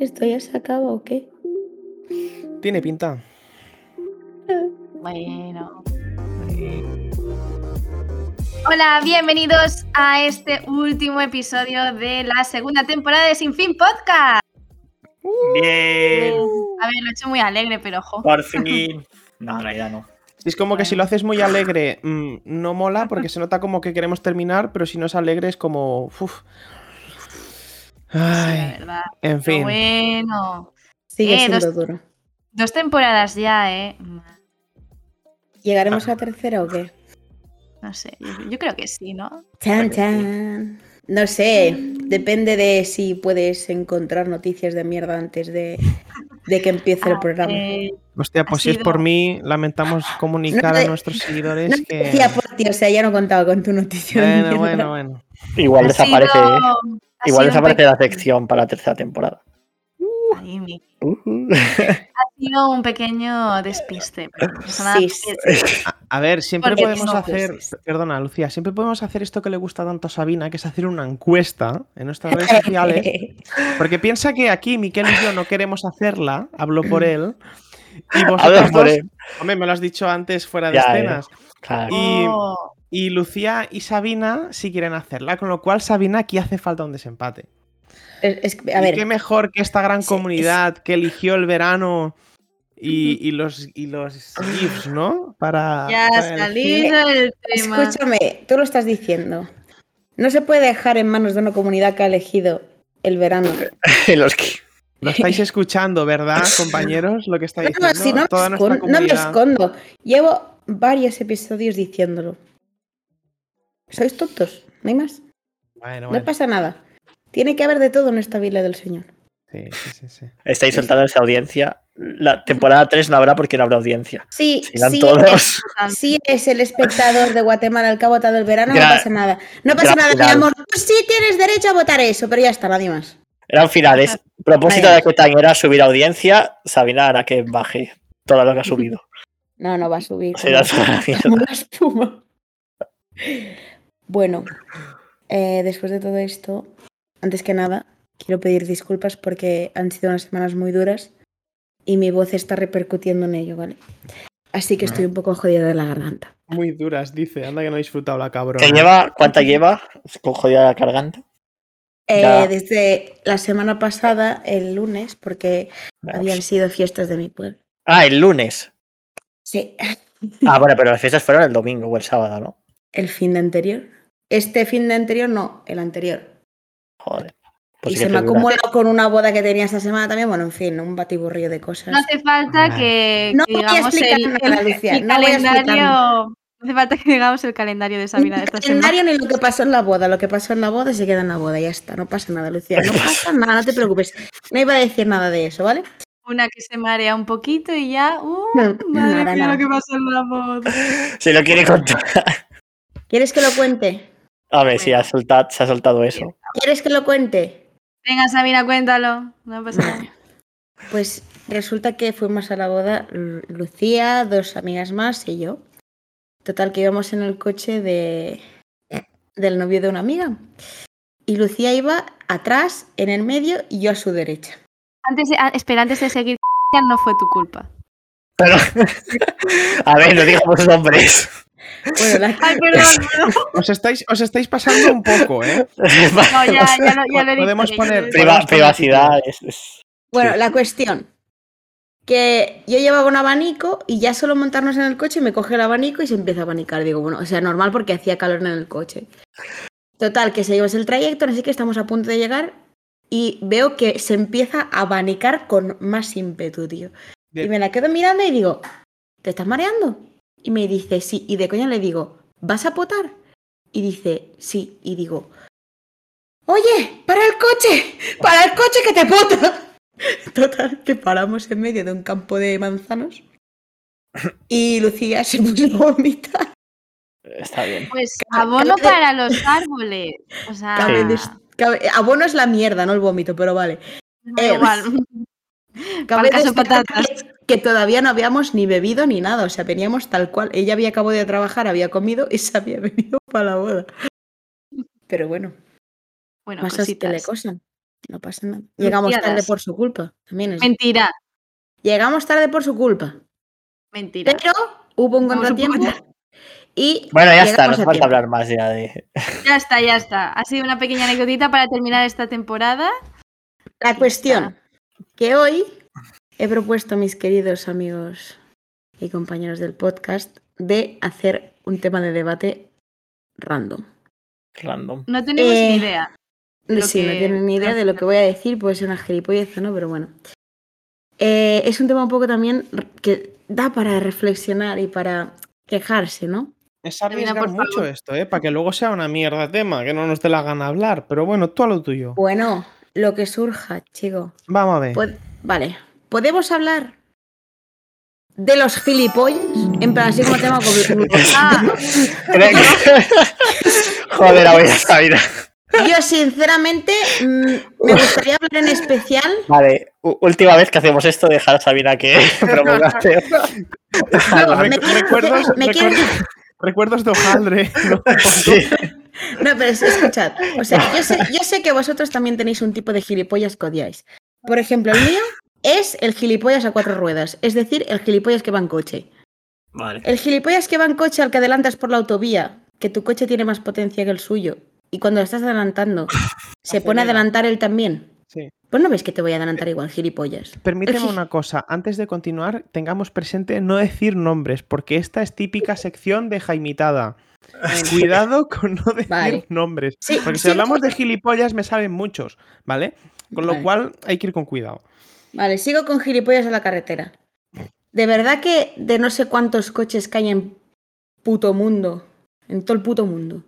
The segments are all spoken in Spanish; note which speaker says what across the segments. Speaker 1: ¿Esto ya se acaba o qué?
Speaker 2: Tiene pinta.
Speaker 3: Bueno. Hola, bienvenidos a este último episodio de la segunda temporada de Sin Fin Podcast. Uh.
Speaker 4: Bien.
Speaker 3: A ver, lo he hecho muy alegre, pero ojo.
Speaker 4: Por fin. No, en realidad no.
Speaker 2: Es como que si lo haces muy alegre, mm, no mola porque se nota como que queremos terminar, pero si no es alegre es como. uf.
Speaker 3: Sí,
Speaker 2: Ay,
Speaker 3: la verdad.
Speaker 2: en
Speaker 3: Pero
Speaker 2: fin.
Speaker 3: bueno.
Speaker 1: Sigue
Speaker 3: Eh,
Speaker 1: siendo
Speaker 3: dos-
Speaker 1: duro.
Speaker 3: Dos temporadas ya, ¿eh?
Speaker 1: ¿Llegaremos a la tercera o qué?
Speaker 3: No sé, yo, yo creo que sí, ¿no?
Speaker 1: Chan, chan. No sé, depende de si puedes encontrar noticias de mierda antes de, de que empiece el programa.
Speaker 3: Eh,
Speaker 2: Hostia, pues
Speaker 3: ha
Speaker 2: si es
Speaker 3: sido-
Speaker 2: por mí, lamentamos comunicar
Speaker 1: No,
Speaker 2: a
Speaker 1: eh,
Speaker 2: nuestros
Speaker 1: no
Speaker 2: seguidores
Speaker 1: te
Speaker 2: que.
Speaker 1: decía por ti, o sea, ya no contaba con tu noticia. de
Speaker 2: Bueno,
Speaker 1: mierda.
Speaker 2: bueno, bueno.
Speaker 5: Igual
Speaker 3: ha
Speaker 5: desaparece,
Speaker 3: sido- ha
Speaker 5: ¿eh? Igual
Speaker 3: sido un
Speaker 5: desaparece
Speaker 3: pequeño-
Speaker 5: la sección para la tercera temporada.
Speaker 3: Ay, mi-
Speaker 5: Ujú.
Speaker 3: Ha sido un pequeño despiste. pero no pasa nada,
Speaker 1: Sí,
Speaker 3: porque-
Speaker 2: A ver, siempre
Speaker 3: Porque
Speaker 2: podemos
Speaker 1: no,
Speaker 2: hacer.
Speaker 1: pues, es-
Speaker 2: Perdona, Lucía, siempre podemos hacer esto que le gusta tanto a Sabina, que es hacer una encuesta en nuestras redes sociales.
Speaker 1: Eh.
Speaker 2: Porque piensa que aquí Miquel y yo no queremos hacerla, hablo por él. Y vosotros
Speaker 5: Hablas por
Speaker 2: dos-
Speaker 5: él.
Speaker 2: Hombre, me lo has dicho antes fuera de
Speaker 5: Ya, ya.
Speaker 2: escenas.
Speaker 5: Claro.
Speaker 2: Y-
Speaker 3: Oh,
Speaker 2: Y Lucía y Sabina sí quieren hacerla, con lo cual Sabina aquí hace falta un desempate.
Speaker 1: Es- es que, a
Speaker 2: Y
Speaker 1: ver,
Speaker 2: qué mejor que esta gran
Speaker 1: Sí,
Speaker 2: comunidad que eligió el verano y, y los, y los GIFs, ¿no? Para,
Speaker 3: ya ha
Speaker 2: para elegir.
Speaker 3: salido el tema.
Speaker 1: escúchame, tú lo estás diciendo. No se puede dejar en manos de una comunidad que ha elegido el verano.
Speaker 5: Los que-
Speaker 2: Lo estáis escuchando, ¿verdad, compañeros? Lo que está
Speaker 1: No,
Speaker 2: diciendo
Speaker 1: si no, me
Speaker 2: toda
Speaker 1: escon-
Speaker 2: nuestra
Speaker 1: no me
Speaker 2: comunidad.
Speaker 1: escondo. Llevo varios episodios diciéndolo. Sois tontos, no hay más.
Speaker 2: Bueno,
Speaker 1: No
Speaker 2: bueno,
Speaker 1: pasa nada. Tiene que haber de todo en esta Biblia del Señor.
Speaker 2: sí, sí, sí, sí.
Speaker 5: Estáis soltando esa audiencia. La temporada 3 no habrá porque no habrá audiencia.
Speaker 1: Sí,
Speaker 5: Sigan
Speaker 1: sí, es,
Speaker 5: todos.
Speaker 1: sí es el espectador de Guatemala el que ha votado el verano,
Speaker 5: Gra-
Speaker 1: no pasa nada. No pasa
Speaker 5: gran
Speaker 1: nada, mi
Speaker 5: final.
Speaker 1: amor. Tú sí tienes derecho a votar eso, pero ya está, nadie más.
Speaker 5: Eran finales. Propósito
Speaker 1: Vale.
Speaker 5: de Aquetaña era subir audiencia. Sabina hará que baje todo lo que ha subido.
Speaker 1: No, no va a subir.
Speaker 5: Será toda la mierda.
Speaker 1: como la espuma. Bueno, eh, después de todo esto, antes que nada, quiero pedir disculpas porque han sido unas semanas muy duras y mi voz está repercutiendo en ello, ¿vale? Así que estoy un poco jodida de la garganta.
Speaker 2: Muy duras, dice. Anda que no he disfrutado la cabrona.
Speaker 5: ¿Qué lleva? ¿Cuánta lleva? Con jodida la garganta.
Speaker 1: Eh,
Speaker 5: Ya.
Speaker 1: desde la semana pasada, el lunes, porque
Speaker 5: Vamos.
Speaker 1: habían sido fiestas de mi pueblo.
Speaker 5: Ah, el lunes.
Speaker 1: Sí,
Speaker 5: Ah, bueno, pero las fiestas fueron el domingo o el sábado, ¿no?
Speaker 1: el fin de anterior. Este fin de anterior no, el anterior.
Speaker 5: Joder.
Speaker 1: y
Speaker 5: Pues sí
Speaker 1: se
Speaker 5: que
Speaker 1: me
Speaker 5: te dura.
Speaker 1: acumuló con una boda que tenía esta semana también. Bueno, en fin, un batiburrillo de cosas.
Speaker 3: No hace falta
Speaker 2: Vale.
Speaker 3: que,
Speaker 1: No
Speaker 3: que
Speaker 1: voy a
Speaker 3: digamos
Speaker 1: explicar
Speaker 3: el,
Speaker 1: nada,
Speaker 3: el-
Speaker 1: Lucía,
Speaker 3: el
Speaker 1: no voy a explicar
Speaker 3: calendario.
Speaker 1: nada.
Speaker 3: No hace falta que digamos el calendario de Sabina de
Speaker 1: Ni
Speaker 3: esta
Speaker 1: el
Speaker 3: semana.
Speaker 1: calendario ni lo que pasó en la boda. Lo que pasó en la boda se queda en la boda, ya está. No pasa nada, Lucía. No pasa nada, no te preocupes. No iba a decir nada de eso, ¿vale?
Speaker 3: Una que se marea un poquito y ya. ¡Uh!
Speaker 1: No,
Speaker 3: madre
Speaker 1: nada,
Speaker 3: mía,
Speaker 1: nada.
Speaker 3: lo que pasó en la boda.
Speaker 5: Si lo quiere contar.
Speaker 1: ¿Quieres que lo cuente?
Speaker 5: A ver, si ha soltado, se ha soltado eso.
Speaker 1: ¿Quieres que lo cuente?
Speaker 3: Venga, Sabina, cuéntalo. No pasa nada.
Speaker 1: Pues resulta que fuimos a la boda Lu- Lucía, dos amigas más y yo. Total, que íbamos en el coche de, del novio de una amiga. Y Lucía iba atrás, en el medio y yo a su derecha.
Speaker 3: Antes de- ah, espera, antes de seguir, no fue tu culpa.
Speaker 5: Pero. A ver, no digamos sus nombres.
Speaker 1: Bueno, la-
Speaker 3: Ay, perdón, perdón.
Speaker 2: Os, estáis, os estáis pasando un poco, ¿eh?
Speaker 3: No, ya, ya, lo, ya lo he dicho.
Speaker 2: Podemos
Speaker 3: ya lo he
Speaker 2: poner-
Speaker 3: dicho.
Speaker 5: Priva- privacidad es, es-
Speaker 1: Bueno,
Speaker 5: Sí.
Speaker 1: la cuestión. Que yo llevaba un abanico y ya solo montarnos en el coche me coge el abanico y se empieza a abanicar. Digo, bueno, o sea, normal porque hacía calor en el coche. Total, que seguimos el trayecto, así que estamos a punto de llegar y veo que se empieza a abanicar con más ímpetu, tío.
Speaker 2: Bien.
Speaker 1: Y me la quedo mirando y digo, ¿te estás mareando? Y me dice, sí. Y de coña le digo, ¿vas a potar? Y dice, sí. Y digo, oye, para el coche, para el coche que te pota. Total, que paramos en medio de un campo de manzanos. Y Lucía se puso a vomitar.
Speaker 5: Está bien.
Speaker 3: Pues
Speaker 1: Cabe-
Speaker 3: abono
Speaker 1: cabe-
Speaker 3: para los árboles. O sea,
Speaker 1: Cabe des- cabe- Abono es la mierda, no el vómito, pero vale.
Speaker 3: da
Speaker 1: eh,
Speaker 3: igual.
Speaker 1: Cabe
Speaker 3: Pan, queso,
Speaker 1: destacar
Speaker 3: patatas.
Speaker 1: que- que todavía no habíamos ni bebido ni nada, o sea, veníamos tal cual. Ella había acabado de trabajar, había comido y se había venido para la boda. Pero bueno,
Speaker 3: Bueno,
Speaker 1: cosas que le
Speaker 3: cositas.
Speaker 1: cosan. No pasa nada. Llegamos tarde
Speaker 3: Mentiras.
Speaker 1: por su culpa. También es.
Speaker 3: Mentira,
Speaker 1: Llegamos tarde por su culpa.
Speaker 3: mentira.
Speaker 1: Pero hubo un
Speaker 3: Por su
Speaker 1: contratiempo.
Speaker 3: culpa.
Speaker 1: Y
Speaker 5: Bueno, ya está,
Speaker 1: llegamos
Speaker 5: no
Speaker 1: a
Speaker 5: hace falta
Speaker 1: tiempo.
Speaker 5: hablar más ya de.
Speaker 3: Ya está, ya está. Ha sido una pequeña anécdotita para terminar esta temporada.
Speaker 1: La cuestión que hoy he propuesto a mis queridos amigos y compañeros del podcast de hacer un tema de debate random.
Speaker 5: Random.
Speaker 3: No tenemos
Speaker 1: Eh,
Speaker 3: ni idea. Lo
Speaker 1: sí, no
Speaker 3: que-
Speaker 1: tienen ni idea de lo que voy a decir, puede ser una gilipollez o no, pero bueno. Eh, es un tema un poco también r- que da para reflexionar y para quejarse, ¿no?
Speaker 2: Es
Speaker 3: Termina,
Speaker 2: arriesgar
Speaker 3: por
Speaker 2: mucho
Speaker 3: favor.
Speaker 2: esto, ¿eh? Para que luego sea una mierda de tema, que no nos dé la gana hablar. Pero bueno, tú a lo tuyo.
Speaker 1: Bueno, lo que surja, chico.
Speaker 2: Vamos a ver.
Speaker 1: Pod- vale, ¿podemos hablar de los gilipollas? En plan, así como tema como-
Speaker 3: Ah,
Speaker 5: Creo que- Joder, a ver, a ver.
Speaker 1: Yo, sinceramente, mm, me gustaría hablar en especial.
Speaker 5: Vale, u- última vez que hacemos esto, dejar a Sabina que proponga el tema.
Speaker 1: No, me
Speaker 2: Re-
Speaker 1: quiero-
Speaker 2: recuerdos-
Speaker 1: me quiero-
Speaker 2: recuerdos- Recuerdos de hojaldre. ¿no?
Speaker 5: Sí.
Speaker 1: No, pero es- escuchad. O sea, yo sé, yo sé que vosotros también tenéis un tipo de gilipollas que odiáis. Por ejemplo, el mío es el gilipollas a cuatro ruedas, es decir, el gilipollas que va en coche.
Speaker 4: Vale.
Speaker 1: El gilipollas que va en coche al que adelantas por la autovía, que tu coche tiene más potencia que el suyo, y cuando estás adelantando, se pone a
Speaker 2: Acelera.
Speaker 1: adelantar él también.
Speaker 2: Sí.
Speaker 1: Pues no ves que te voy a adelantar igual, gilipollas.
Speaker 2: Permíteme
Speaker 1: Eje.
Speaker 2: una cosa, antes de continuar, tengamos presente no decir nombres, porque esta es típica sección de Jaimitada. Cuidado con no decir
Speaker 1: Vale.
Speaker 2: nombres,
Speaker 1: Sí,
Speaker 2: porque si
Speaker 1: sí,
Speaker 2: hablamos de gilipollas me saben muchos, ¿vale? Con lo
Speaker 1: Vale.
Speaker 2: cual hay que ir con cuidado.
Speaker 1: Vale, sigo con gilipollas a la carretera. De verdad que de no sé cuántos coches que hay en puto mundo, en todo el puto mundo.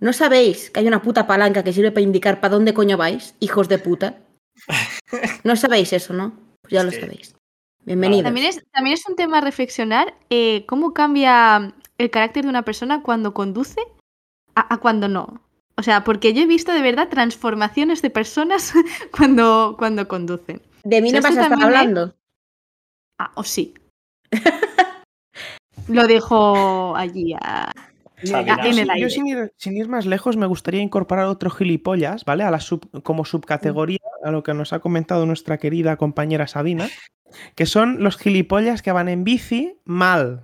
Speaker 1: ¿No sabéis que hay una puta palanca que sirve para indicar para dónde coño vais, hijos de puta? No sabéis eso, ¿no? Pues ya lo
Speaker 4: Sí.
Speaker 1: sabéis. Bienvenidos.
Speaker 3: también, es, también es un tema a reflexionar eh, cómo cambia el carácter de una persona cuando conduce a, a cuando no. O sea, porque yo he visto de verdad transformaciones de personas cuando, cuando conducen.
Speaker 1: De mí no
Speaker 3: Esto
Speaker 1: vas a estar
Speaker 3: también es-
Speaker 1: hablando.
Speaker 3: Ah, o sí. Lo dejo allí. a-
Speaker 5: Sabina.
Speaker 3: Ah, en
Speaker 2: yo sí-
Speaker 3: el
Speaker 2: yo
Speaker 3: aire.
Speaker 2: sin ir, sin ir más lejos me gustaría incorporar otro gilipollas, ¿vale? A la sub- como subcategoría a lo que nos ha comentado nuestra querida compañera Sabina, que son los gilipollas que van en bici mal,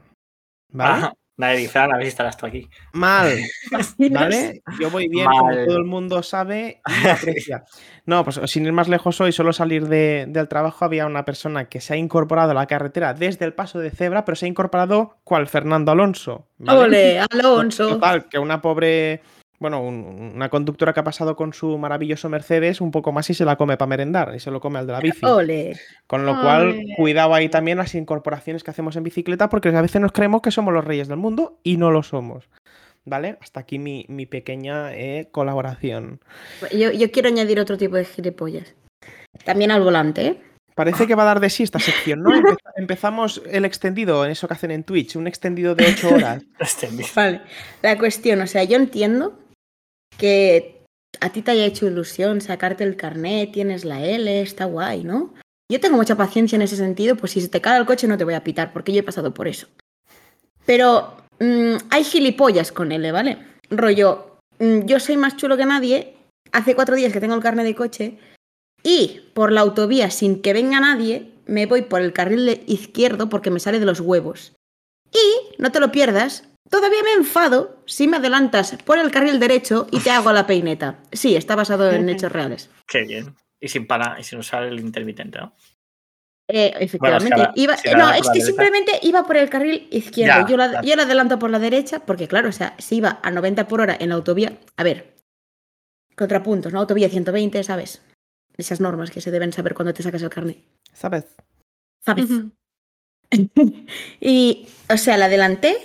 Speaker 2: ¿vale?
Speaker 4: Ah, Nadie dice, ah, la bici estarás tú aquí.
Speaker 2: Mal. ¿Vale? Yo voy bien, como
Speaker 4: Mal.
Speaker 2: todo el mundo sabe y aprecia. No, pues sin ir más lejos hoy, solo salir de- del trabajo había una persona que se ha incorporado a la carretera desde el paso de cebra, pero se ha incorporado cual Fernando Alonso. ¿vale?
Speaker 1: Ole, Alonso.
Speaker 2: Pues Total, que una pobre. Bueno, un- una conductora que ha pasado con su maravilloso Mercedes un poco más y se la come para merendar y se lo come al de la bici.
Speaker 1: Ole.
Speaker 2: Con lo cual,
Speaker 3: Ole.
Speaker 2: cuidado ahí también las incorporaciones que hacemos en bicicleta, porque a veces nos creemos que somos los reyes del mundo y no lo somos. ¿Vale? Hasta aquí mi, mi pequeña eh, colaboración.
Speaker 1: Yo, yo quiero añadir otro tipo de gilipollas. También al volante, ¿eh?
Speaker 2: Parece que va a dar de sí esta sección, ¿no? Empe- empezamos el extendido, en eso que hacen en Twitch, un extendido de 8 horas.
Speaker 5: Este mismo.
Speaker 1: Vale, la cuestión, o sea, yo entiendo que a ti te haya hecho ilusión sacarte el carnet, tienes la L, está guay, ¿no? Yo tengo mucha paciencia en ese sentido, pues si se te cae el coche no te voy a pitar, porque yo he pasado por eso. Pero mm, hay gilipollas con L, ¿vale? Rollo, mm, yo soy más chulo que nadie, hace cuatro días que tengo el carnet de coche, y por la autovía, sin que venga nadie, me voy por el carril de- izquierdo porque me sale de los huevos. Y, no te lo pierdas, todavía me enfado si me adelantas por el carril derecho y te hago la peineta. Sí, está basado en hechos reales.
Speaker 4: Qué bien. Y sin para, y sin usar el intermitente, ¿no?
Speaker 1: Eh, efectivamente.
Speaker 5: ahora-
Speaker 1: iba-
Speaker 5: si la
Speaker 1: no,
Speaker 5: das
Speaker 1: es
Speaker 5: por la
Speaker 1: que
Speaker 5: derecha.
Speaker 1: simplemente iba por el carril izquierdo.
Speaker 5: Ya,
Speaker 1: yo, la,
Speaker 5: claro.
Speaker 1: yo la adelanto por la derecha porque, claro, o sea, si iba a 90 por hora en la autovía. A ver, contrapuntos, ¿no? Autovía 120, ¿sabes? Esas normas que se deben saber cuando te sacas el carnet.
Speaker 2: ¿Sabes?
Speaker 1: ¿Sabes?
Speaker 3: Ujú.
Speaker 1: Y, o sea, la adelanté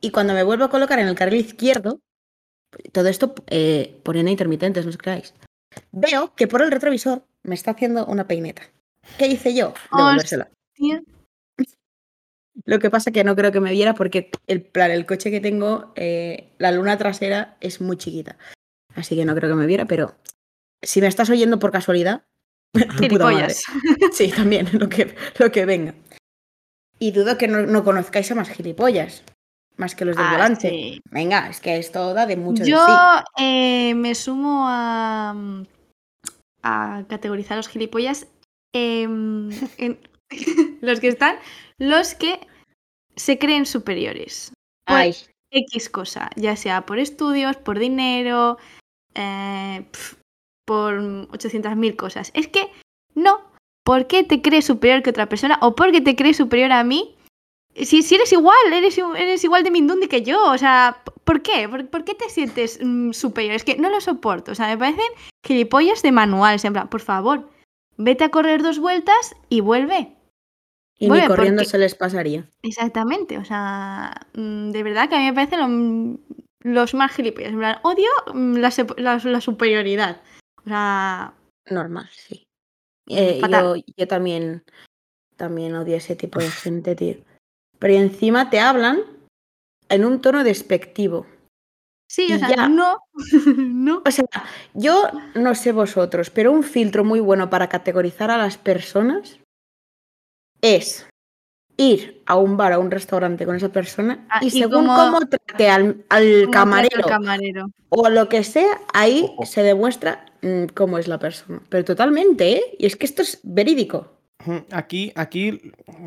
Speaker 1: y cuando me vuelvo a colocar en el carril izquierdo, todo esto eh, poniendo intermitentes, no os creáis, veo que por el retrovisor me está haciendo una peineta. ¿Qué hice yo? Devolvérsela.
Speaker 3: Hostia.
Speaker 1: Lo que pasa que no creo que me viera porque el, plan, el coche que tengo, eh, la luna trasera es muy chiquita. Así que no creo que me viera, pero si me estás oyendo por casualidad, tu puta madre.
Speaker 3: Gilipollas.
Speaker 1: Sí, también, lo que, lo que venga. Y dudo que no, no conozcáis a más gilipollas, más que los del
Speaker 3: Ah,
Speaker 1: volante.
Speaker 3: sí. eh,
Speaker 1: Venga, es que esto da de mucho de
Speaker 3: Yo
Speaker 1: sí.
Speaker 3: eh, me sumo a, a categorizar los gilipollas em, en los que están, los que se creen superiores.
Speaker 1: Ay,
Speaker 3: pues, X cosa, ya sea por estudios, por dinero, eh, pf, por 800.000 cosas. Es que no, ¿por qué te crees superior que otra persona o por qué te crees superior a mí? Si, si eres igual, eres, i- eres igual de mindundi que yo, o sea, p- ¿por qué? ¿Por, por qué te sientes mm, superior? Es que no lo soporto, o sea, me parecen gilipollas de manual, en plan, por favor, vete a correr dos vueltas y vuelve.
Speaker 1: y
Speaker 3: Bueno,
Speaker 1: ni corriendo
Speaker 3: porque-
Speaker 1: se les pasaría.
Speaker 3: Exactamente, o sea, mm, de verdad que a mí me parecen lo- los más gilipollas. En plan, odio mm, la, sep- la- la superioridad. O sea,
Speaker 1: Normal, sí. Eh, yo,
Speaker 3: fatal.
Speaker 1: yo también, también odio ese tipo de gente, tío. Pero encima te hablan en un tono despectivo.
Speaker 3: sí, o
Speaker 1: Y
Speaker 3: sea,
Speaker 1: ya.
Speaker 3: no, no.
Speaker 1: O sea, yo no sé vosotros, pero un filtro muy bueno para categorizar a las personas es ir a un bar, a un restaurante con esa persona
Speaker 3: Ah,
Speaker 1: y
Speaker 3: y
Speaker 1: según
Speaker 3: como-
Speaker 1: cómo trate al, al
Speaker 3: como
Speaker 1: camarero
Speaker 3: trato al camarero.
Speaker 1: o a lo que sea, ahí
Speaker 4: Ojo.
Speaker 1: se demuestra mm, cómo es la persona. Pero totalmente, ¿eh? Y es que esto es verídico.
Speaker 2: Ujú, Aquí, aquí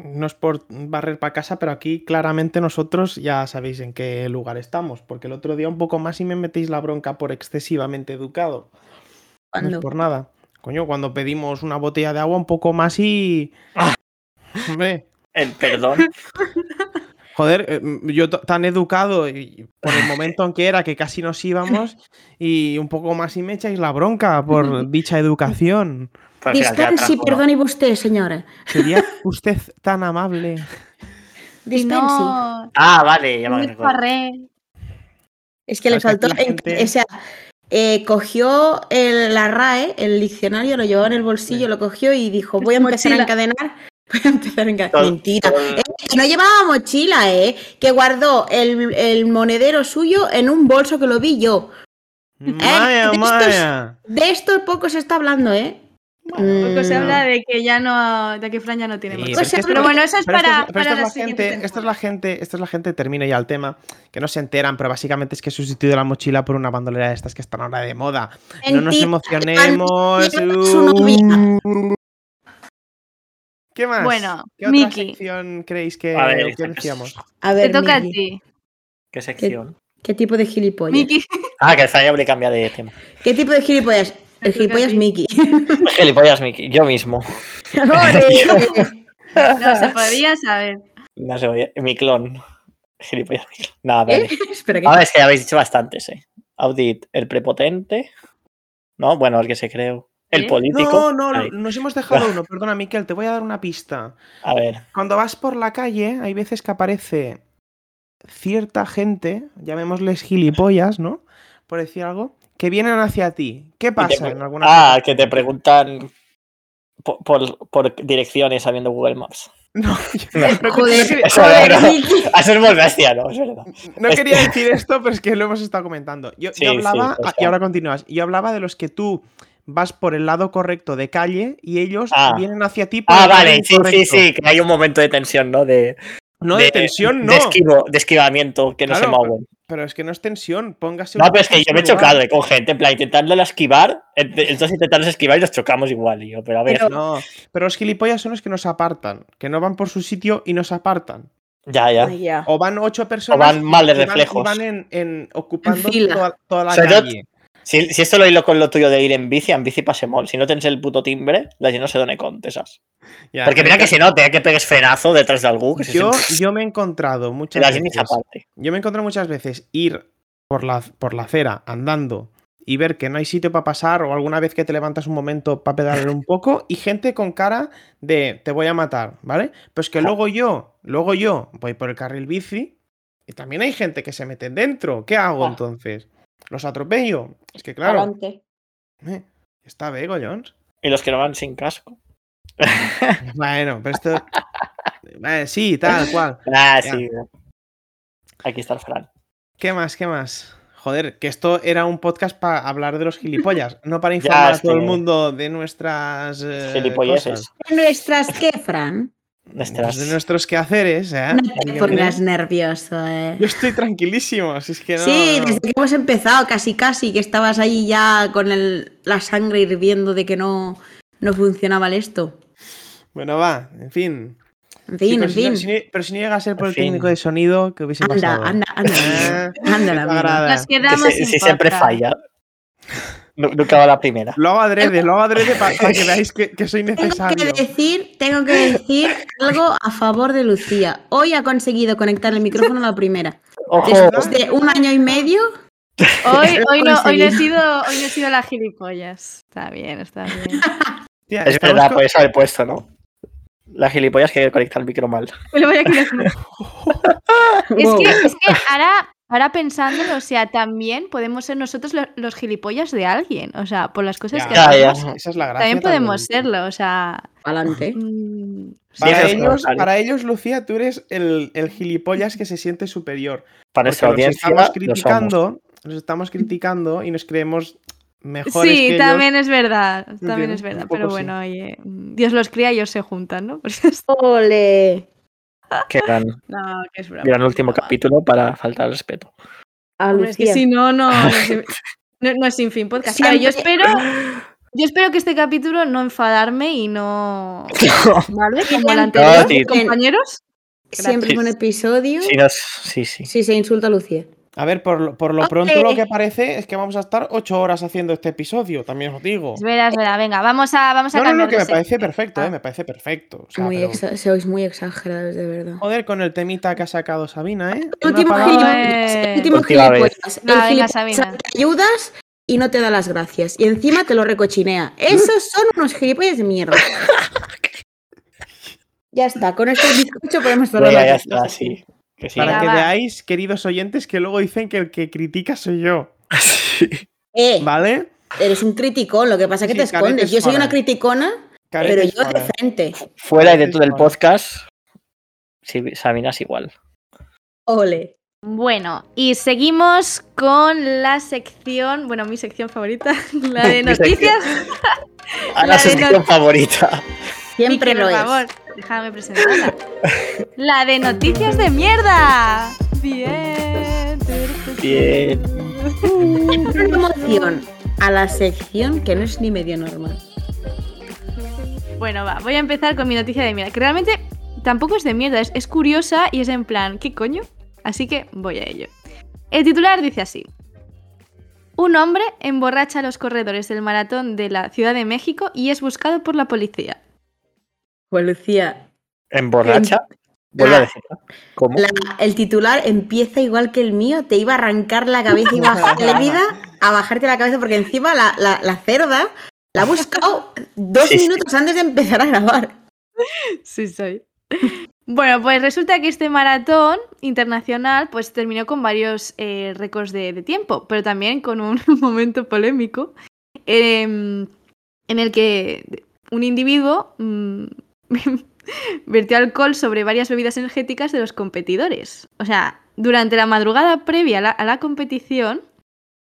Speaker 2: no es por barrer para casa, pero aquí claramente nosotros ya sabéis en qué lugar estamos, porque el otro día un poco más y me metéis la bronca por excesivamente educado. No
Speaker 1: Cuando...
Speaker 2: es por nada. Coño, cuando pedimos una botella de agua un poco más y...
Speaker 5: Ah.
Speaker 2: Hombre,
Speaker 5: El perdón.
Speaker 2: joder, eh, mm, yo t- tan educado y por el momento en que era que casi nos íbamos y un poco más y me echáis la bronca por dicha educación.
Speaker 5: Pues al final queda
Speaker 1: Dispense,
Speaker 5: transformado.
Speaker 1: perdone usted, señora.
Speaker 2: ¿Sería usted tan amable?
Speaker 3: Y
Speaker 1: Dispense.
Speaker 3: no,
Speaker 5: Ah, vale, ya me
Speaker 3: no
Speaker 5: recuerdo.
Speaker 3: farré.
Speaker 1: Es que le
Speaker 2: Claro, es
Speaker 1: faltó.
Speaker 2: que aquí la
Speaker 1: en-
Speaker 2: gente-
Speaker 1: o sea, eh, cogió el- la RAE, el diccionario, lo llevaba en el bolsillo,
Speaker 2: Sí.
Speaker 1: lo cogió y dijo:
Speaker 3: En
Speaker 1: Voy a
Speaker 3: su
Speaker 1: empezar
Speaker 3: mochila.
Speaker 1: a encadenar. Voy a empezar a encadenar.
Speaker 5: Todo-
Speaker 1: Mentira.
Speaker 5: todo-
Speaker 1: Eh, que no llevaba mochila, ¿eh? Que guardó el, el monedero suyo en un bolso que lo vi yo.
Speaker 2: Maya,
Speaker 1: estos-
Speaker 2: Maya.
Speaker 1: De esto poco se está hablando, ¿eh?
Speaker 3: Poco Pues se
Speaker 1: Mm.
Speaker 3: habla de que ya no, de que Fran ya no tiene
Speaker 2: Sí,
Speaker 3: más.
Speaker 2: pero
Speaker 1: es que esto-
Speaker 3: Pero bueno, eso es
Speaker 2: Pero esto
Speaker 3: para,
Speaker 2: es- pero
Speaker 3: para
Speaker 2: esta es
Speaker 3: la
Speaker 2: la
Speaker 3: siguiente
Speaker 2: gente, esta es
Speaker 3: temporada.
Speaker 2: la gente, esta es la gente, termino ya el tema, que no se enteran, pero básicamente es que he sustituido la mochila por una bandolera de estas que están ahora de moda. No nos
Speaker 1: Mentira.
Speaker 2: emocionemos. Uh.
Speaker 1: Lleva su novia.
Speaker 2: ¿Qué más?
Speaker 3: Bueno,
Speaker 2: ¿Qué otra
Speaker 3: Miki.
Speaker 2: sección creéis que,
Speaker 5: A ver,
Speaker 2: que decíamos?
Speaker 1: A
Speaker 3: Te
Speaker 1: ver,
Speaker 3: toca a
Speaker 1: Miki,
Speaker 3: ti,
Speaker 5: ¿Qué sección?
Speaker 1: ¿qué tipo de gilipollas?
Speaker 3: Miki.
Speaker 5: Ah, que el Zayab le cambia de tema.
Speaker 1: ¿Qué tipo de gilipollas?
Speaker 3: Te
Speaker 1: El
Speaker 3: toca a
Speaker 1: gilipollas
Speaker 3: ti.
Speaker 1: Miki.
Speaker 5: Gilipollas, Miki. Yo mismo.
Speaker 1: ¡Ole!
Speaker 3: No se podía saber.
Speaker 5: No sé, oye, mi clon. Gilipollas, mi clon. Nada,
Speaker 1: ¿Eh?
Speaker 5: vale.
Speaker 1: Espera que.
Speaker 5: A ver, es que ya habéis dicho bastantes, ¿eh? Audit, el prepotente. No, bueno, el que se creó. El
Speaker 3: ¿Eh?
Speaker 5: político.
Speaker 2: No, no,
Speaker 5: Ahí.
Speaker 2: nos hemos dejado uno. Perdona, Miquel, te voy a dar una pista.
Speaker 5: A ver.
Speaker 2: Cuando vas por la calle, hay veces que aparece cierta gente, llamémosles gilipollas, ¿no? Por decir algo, que vienen hacia ti. ¿Qué
Speaker 5: Y te
Speaker 2: pasa
Speaker 5: pre-
Speaker 2: en alguna
Speaker 5: Ah, que te preguntan po- por, por direcciones sabiendo Google Maps.
Speaker 2: No,
Speaker 5: No,
Speaker 1: Joder,
Speaker 2: no,
Speaker 5: eso
Speaker 1: joder,
Speaker 5: era.
Speaker 1: Miki.
Speaker 5: Eso es muy bestia, ¿no? Es verdad.
Speaker 2: no quería decir esto, pero es que lo hemos estado comentando. Yo, yo
Speaker 5: Sí, sí,
Speaker 2: hablaba,
Speaker 5: o
Speaker 2: ah, y
Speaker 5: sea.
Speaker 2: ahora continúas, yo hablaba de los que tú vas por el lado correcto de calle y ellos
Speaker 5: Ah.
Speaker 2: vienen hacia ti por
Speaker 5: Ah,
Speaker 2: el lado
Speaker 5: vale, sí, sí,
Speaker 2: incorrecto.
Speaker 5: sí, que hay un momento de tensión, ¿no? De,
Speaker 2: No de,
Speaker 5: de-
Speaker 2: tensión, no.
Speaker 5: De, esquivo, de esquivamiento, que no se
Speaker 2: Claro,
Speaker 5: mueven.
Speaker 2: Pero es que no es tensión, póngase
Speaker 5: No,
Speaker 2: un
Speaker 5: pero es
Speaker 2: poco
Speaker 5: que
Speaker 2: en
Speaker 5: yo
Speaker 2: su
Speaker 5: me he
Speaker 2: lugar.
Speaker 5: chocado eh, con gente, en plan, intentándola esquivar, ent- entonces intentamos esquivar y nos chocamos igual. Y yo, pero a ver,
Speaker 1: Pero-
Speaker 2: No, pero los gilipollas son los que nos apartan, que no van por su sitio y nos apartan.
Speaker 5: ya, ya.
Speaker 1: Ay, ya.
Speaker 2: O van ocho
Speaker 5: O
Speaker 2: personas
Speaker 5: van mal de
Speaker 2: y van-
Speaker 5: reflejos.
Speaker 2: y van, en, en- ocupando
Speaker 1: En fila.
Speaker 2: toda, toda la
Speaker 5: O sea, yo-
Speaker 2: calle.
Speaker 5: Si, si esto lo hilo con lo tuyo de ir en bici, en bici pasemol. Si no tens el puto timbre, la gent no se done compte, saps?
Speaker 2: Ya,
Speaker 5: Porque mira
Speaker 2: pero
Speaker 5: que se note, eh, que pegues frenazo detrás de algú. Que se
Speaker 2: yo,
Speaker 5: sent-
Speaker 2: yo me he encontrado
Speaker 5: que
Speaker 2: muchas
Speaker 5: la gent ni
Speaker 2: veces
Speaker 5: s'aparti.
Speaker 2: Yo me he encontrado muchas veces ir por la, por la acera andando y ver que no hay sitio para pasar o alguna vez que te levantas un momento para pedalar un poco y gente con cara de te voy a matar, ¿vale? Pues que luego yo, luego yo voy por el carril bici y también hay gente que se mete dentro. ¿Qué hago
Speaker 5: Ah.
Speaker 2: entonces? ¿Los atropello? Es que claro,
Speaker 1: Adelante.
Speaker 2: eh, está Bego Jones.
Speaker 5: Y los que no van sin casco.
Speaker 2: Bueno, pero esto... Vale, sí, tal cual.
Speaker 5: Ah,
Speaker 2: Ya.
Speaker 5: sí. Aquí está el Fran.
Speaker 2: ¿Qué más? ¿Qué más? Joder, que esto era un podcast para hablar de los gilipollas, no para
Speaker 5: Ya,
Speaker 2: informar a
Speaker 5: es
Speaker 2: todo el
Speaker 5: que-
Speaker 2: mundo de nuestras eh,
Speaker 5: Gilipolleces.
Speaker 2: cosas. Pues
Speaker 1: Nuestras que, Fran.
Speaker 5: Nuestras-
Speaker 2: de nuestros quehaceres, ¿eh?
Speaker 1: No te
Speaker 2: Dígame.
Speaker 1: pongas nervioso, eh.
Speaker 2: Yo estoy tranquilísimo, si es que no.
Speaker 1: Sí, desde que hemos empezado, casi casi, que estabas ahí ya con el- la sangre hirviendo de que no, no funcionaba el esto.
Speaker 2: Bueno, va, en fin.
Speaker 1: En fin,
Speaker 2: Chicos,
Speaker 1: en
Speaker 2: si no-
Speaker 1: fin.
Speaker 2: si no- pero si no llega a ser por
Speaker 5: En
Speaker 2: el
Speaker 5: fin.
Speaker 2: técnico de sonido, que hubiese
Speaker 1: anda,
Speaker 2: pasado?
Speaker 1: anda, anda,
Speaker 2: Eh,
Speaker 1: anda, anda. la
Speaker 2: me
Speaker 1: mierda.
Speaker 2: agrada.
Speaker 3: Nos
Speaker 5: Que
Speaker 3: quedamos
Speaker 5: se-
Speaker 3: sin
Speaker 5: si siempre
Speaker 3: podcast.
Speaker 5: falla. Nu- Nunca va la primera.
Speaker 2: Lo hago adrede, lo hago adrede pa- para, que veáis que, que soy
Speaker 1: Tengo que
Speaker 2: necesario.
Speaker 1: decir, tengo que decir algo a favor de Lucía. Hoy ha conseguido conectar el micrófono a la primera.
Speaker 5: Ojo,
Speaker 1: Después de un año y medio,
Speaker 3: Hoy, hoy, no, hoy, no he
Speaker 1: Conseguí.
Speaker 3: sido, hoy no he sido la gilipollas. Está bien, está bien.
Speaker 2: Tía,
Speaker 5: es
Speaker 2: estamos
Speaker 5: verdad,
Speaker 2: co-
Speaker 5: por eso haber pues, puesto, ¿no? La gilipollas que conecta el micro mal.
Speaker 3: Me lo voy a quitar. Es
Speaker 1: Wow.
Speaker 3: que, es que ahora, ahora pensándolo, o sea, también podemos ser nosotros lo- los gilipollas de alguien. O sea, por las cosas
Speaker 2: Ya.
Speaker 3: que
Speaker 5: Ya,
Speaker 3: hacemos,
Speaker 5: ya.
Speaker 2: Esa es la gracia.
Speaker 3: también podemos
Speaker 2: también.
Speaker 3: serlo. O sea.
Speaker 1: adelante.
Speaker 3: mm,
Speaker 2: Para
Speaker 5: Viejos
Speaker 2: ellos,
Speaker 5: comentarios.
Speaker 2: para ellos, Lucía, tú eres el, el gilipollas que se siente superior.
Speaker 5: Para
Speaker 2: Porque
Speaker 5: nuestra
Speaker 2: los
Speaker 5: audiencia,
Speaker 2: estamos
Speaker 5: lo somos.
Speaker 2: criticando, los estamos criticando y nos creemos mejores que
Speaker 3: Sí,
Speaker 2: ellos.
Speaker 3: también es verdad. También
Speaker 2: Entiendo,
Speaker 3: es verdad.
Speaker 2: un
Speaker 3: Pero
Speaker 2: poco sí.
Speaker 3: bueno, oye, mm, Dios los cría y ellos se juntan, ¿no? Pues es-
Speaker 1: Ole.
Speaker 5: Que gran,
Speaker 3: no, que es broma,
Speaker 5: gran
Speaker 3: es
Speaker 5: último
Speaker 3: broma.
Speaker 5: capítulo para faltar al respeto.
Speaker 1: A
Speaker 3: Hombre, es que
Speaker 1: Lucía.
Speaker 3: si no, no, no, es, no- no es sin fin podcast. A ver, yo espero. Yo espero que este capítulo no enfadarme y no. ¿Vale? Como el anterior,
Speaker 5: tío.
Speaker 3: compañeros.
Speaker 1: Siempre es un episodio
Speaker 5: Sí, nos- sí, sí.
Speaker 1: si se insulta a Lucía.
Speaker 2: A ver, por lo, por lo
Speaker 1: Ok.
Speaker 2: pronto lo que parece es que vamos a estar ocho horas haciendo este episodio, también os digo.
Speaker 3: Es verdad, es verdad. Venga, vamos a, vamos a
Speaker 2: No, no, no,
Speaker 3: cambiar
Speaker 2: que
Speaker 3: de
Speaker 2: me parece
Speaker 3: sección.
Speaker 1: Ah.
Speaker 2: perfecto, eh, me parece perfecto. O sea,
Speaker 1: Muy
Speaker 2: pero-
Speaker 1: exa- Sois muy exagerados, de verdad.
Speaker 2: Joder, con el temita que ha sacado Sabina, ¿eh? Una
Speaker 1: último
Speaker 2: palabra-
Speaker 1: gilipollas, el último
Speaker 5: Última vez.
Speaker 1: gilipollas. El
Speaker 3: Ah, venga,
Speaker 1: gilipollas
Speaker 3: Sabina.
Speaker 1: al que ayudas y no te da las gracias. Y encima te lo recochinea. Esos son unos gilipollas de mierda. ya está, con este bizcocho podemos cerrar
Speaker 5: Ya,
Speaker 1: la
Speaker 5: ya
Speaker 1: sección.
Speaker 5: está, sí. Que sí.
Speaker 2: Para
Speaker 3: Venga,
Speaker 2: que
Speaker 3: va.
Speaker 2: veáis, queridos oyentes, que luego dicen que el que critica soy yo,
Speaker 3: Ah.
Speaker 5: Sí.
Speaker 1: Eh,
Speaker 2: ¿vale?
Speaker 1: eres un criticón, lo que pasa es que
Speaker 2: Sí,
Speaker 1: te
Speaker 2: caretes
Speaker 1: escondes. Yo soy
Speaker 2: para.
Speaker 1: una criticona, pero
Speaker 2: Caretes
Speaker 1: yo de
Speaker 2: para.
Speaker 1: frente.
Speaker 5: Fuera y dentro del
Speaker 2: Vale.
Speaker 5: podcast, sí, Sabina es igual.
Speaker 1: Ole.
Speaker 3: Bueno, y seguimos con la sección. Bueno, mi sección favorita, la de
Speaker 5: Mi sección.
Speaker 3: noticias.
Speaker 5: A
Speaker 3: La
Speaker 5: la
Speaker 3: de
Speaker 5: sección
Speaker 3: not-
Speaker 5: favorita.
Speaker 1: Siempre
Speaker 3: Vicky,
Speaker 1: lo
Speaker 3: por
Speaker 1: es.
Speaker 3: favor, déjame presentarla. La de noticias de mierda. Bien.
Speaker 5: Bien.
Speaker 1: Promoción a la sección que no es ni medio normal.
Speaker 3: Bueno, va, voy a empezar con mi noticia de mierda, que realmente tampoco es de mierda, es, es curiosa y es en plan, ¿qué coño? Así que voy a ello. El titular dice así. Un hombre emborracha a los corredores del maratón de la Ciudad de México y es buscado por la policía.
Speaker 1: Pues Lucía,
Speaker 5: ¿Emborracha? Vuelvo a
Speaker 1: La-
Speaker 5: decirlo. ¿Cómo?
Speaker 1: La- el titular empieza igual que el mío, te iba a arrancar la cabeza y bajarte la vida, a bajarte la cabeza, porque encima la, la- la cerda la ha buscado dos
Speaker 5: Sí, sí.
Speaker 1: minutos antes de empezar a grabar.
Speaker 3: Sí, soy. Bueno, pues resulta que este maratón internacional pues terminó con varios eh, récords de, de tiempo, pero también con un momento polémico em, en el que un individuo mm, vertió alcohol sobre varias bebidas energéticas de los competidores. O sea, durante la madrugada previa a la, a la competición,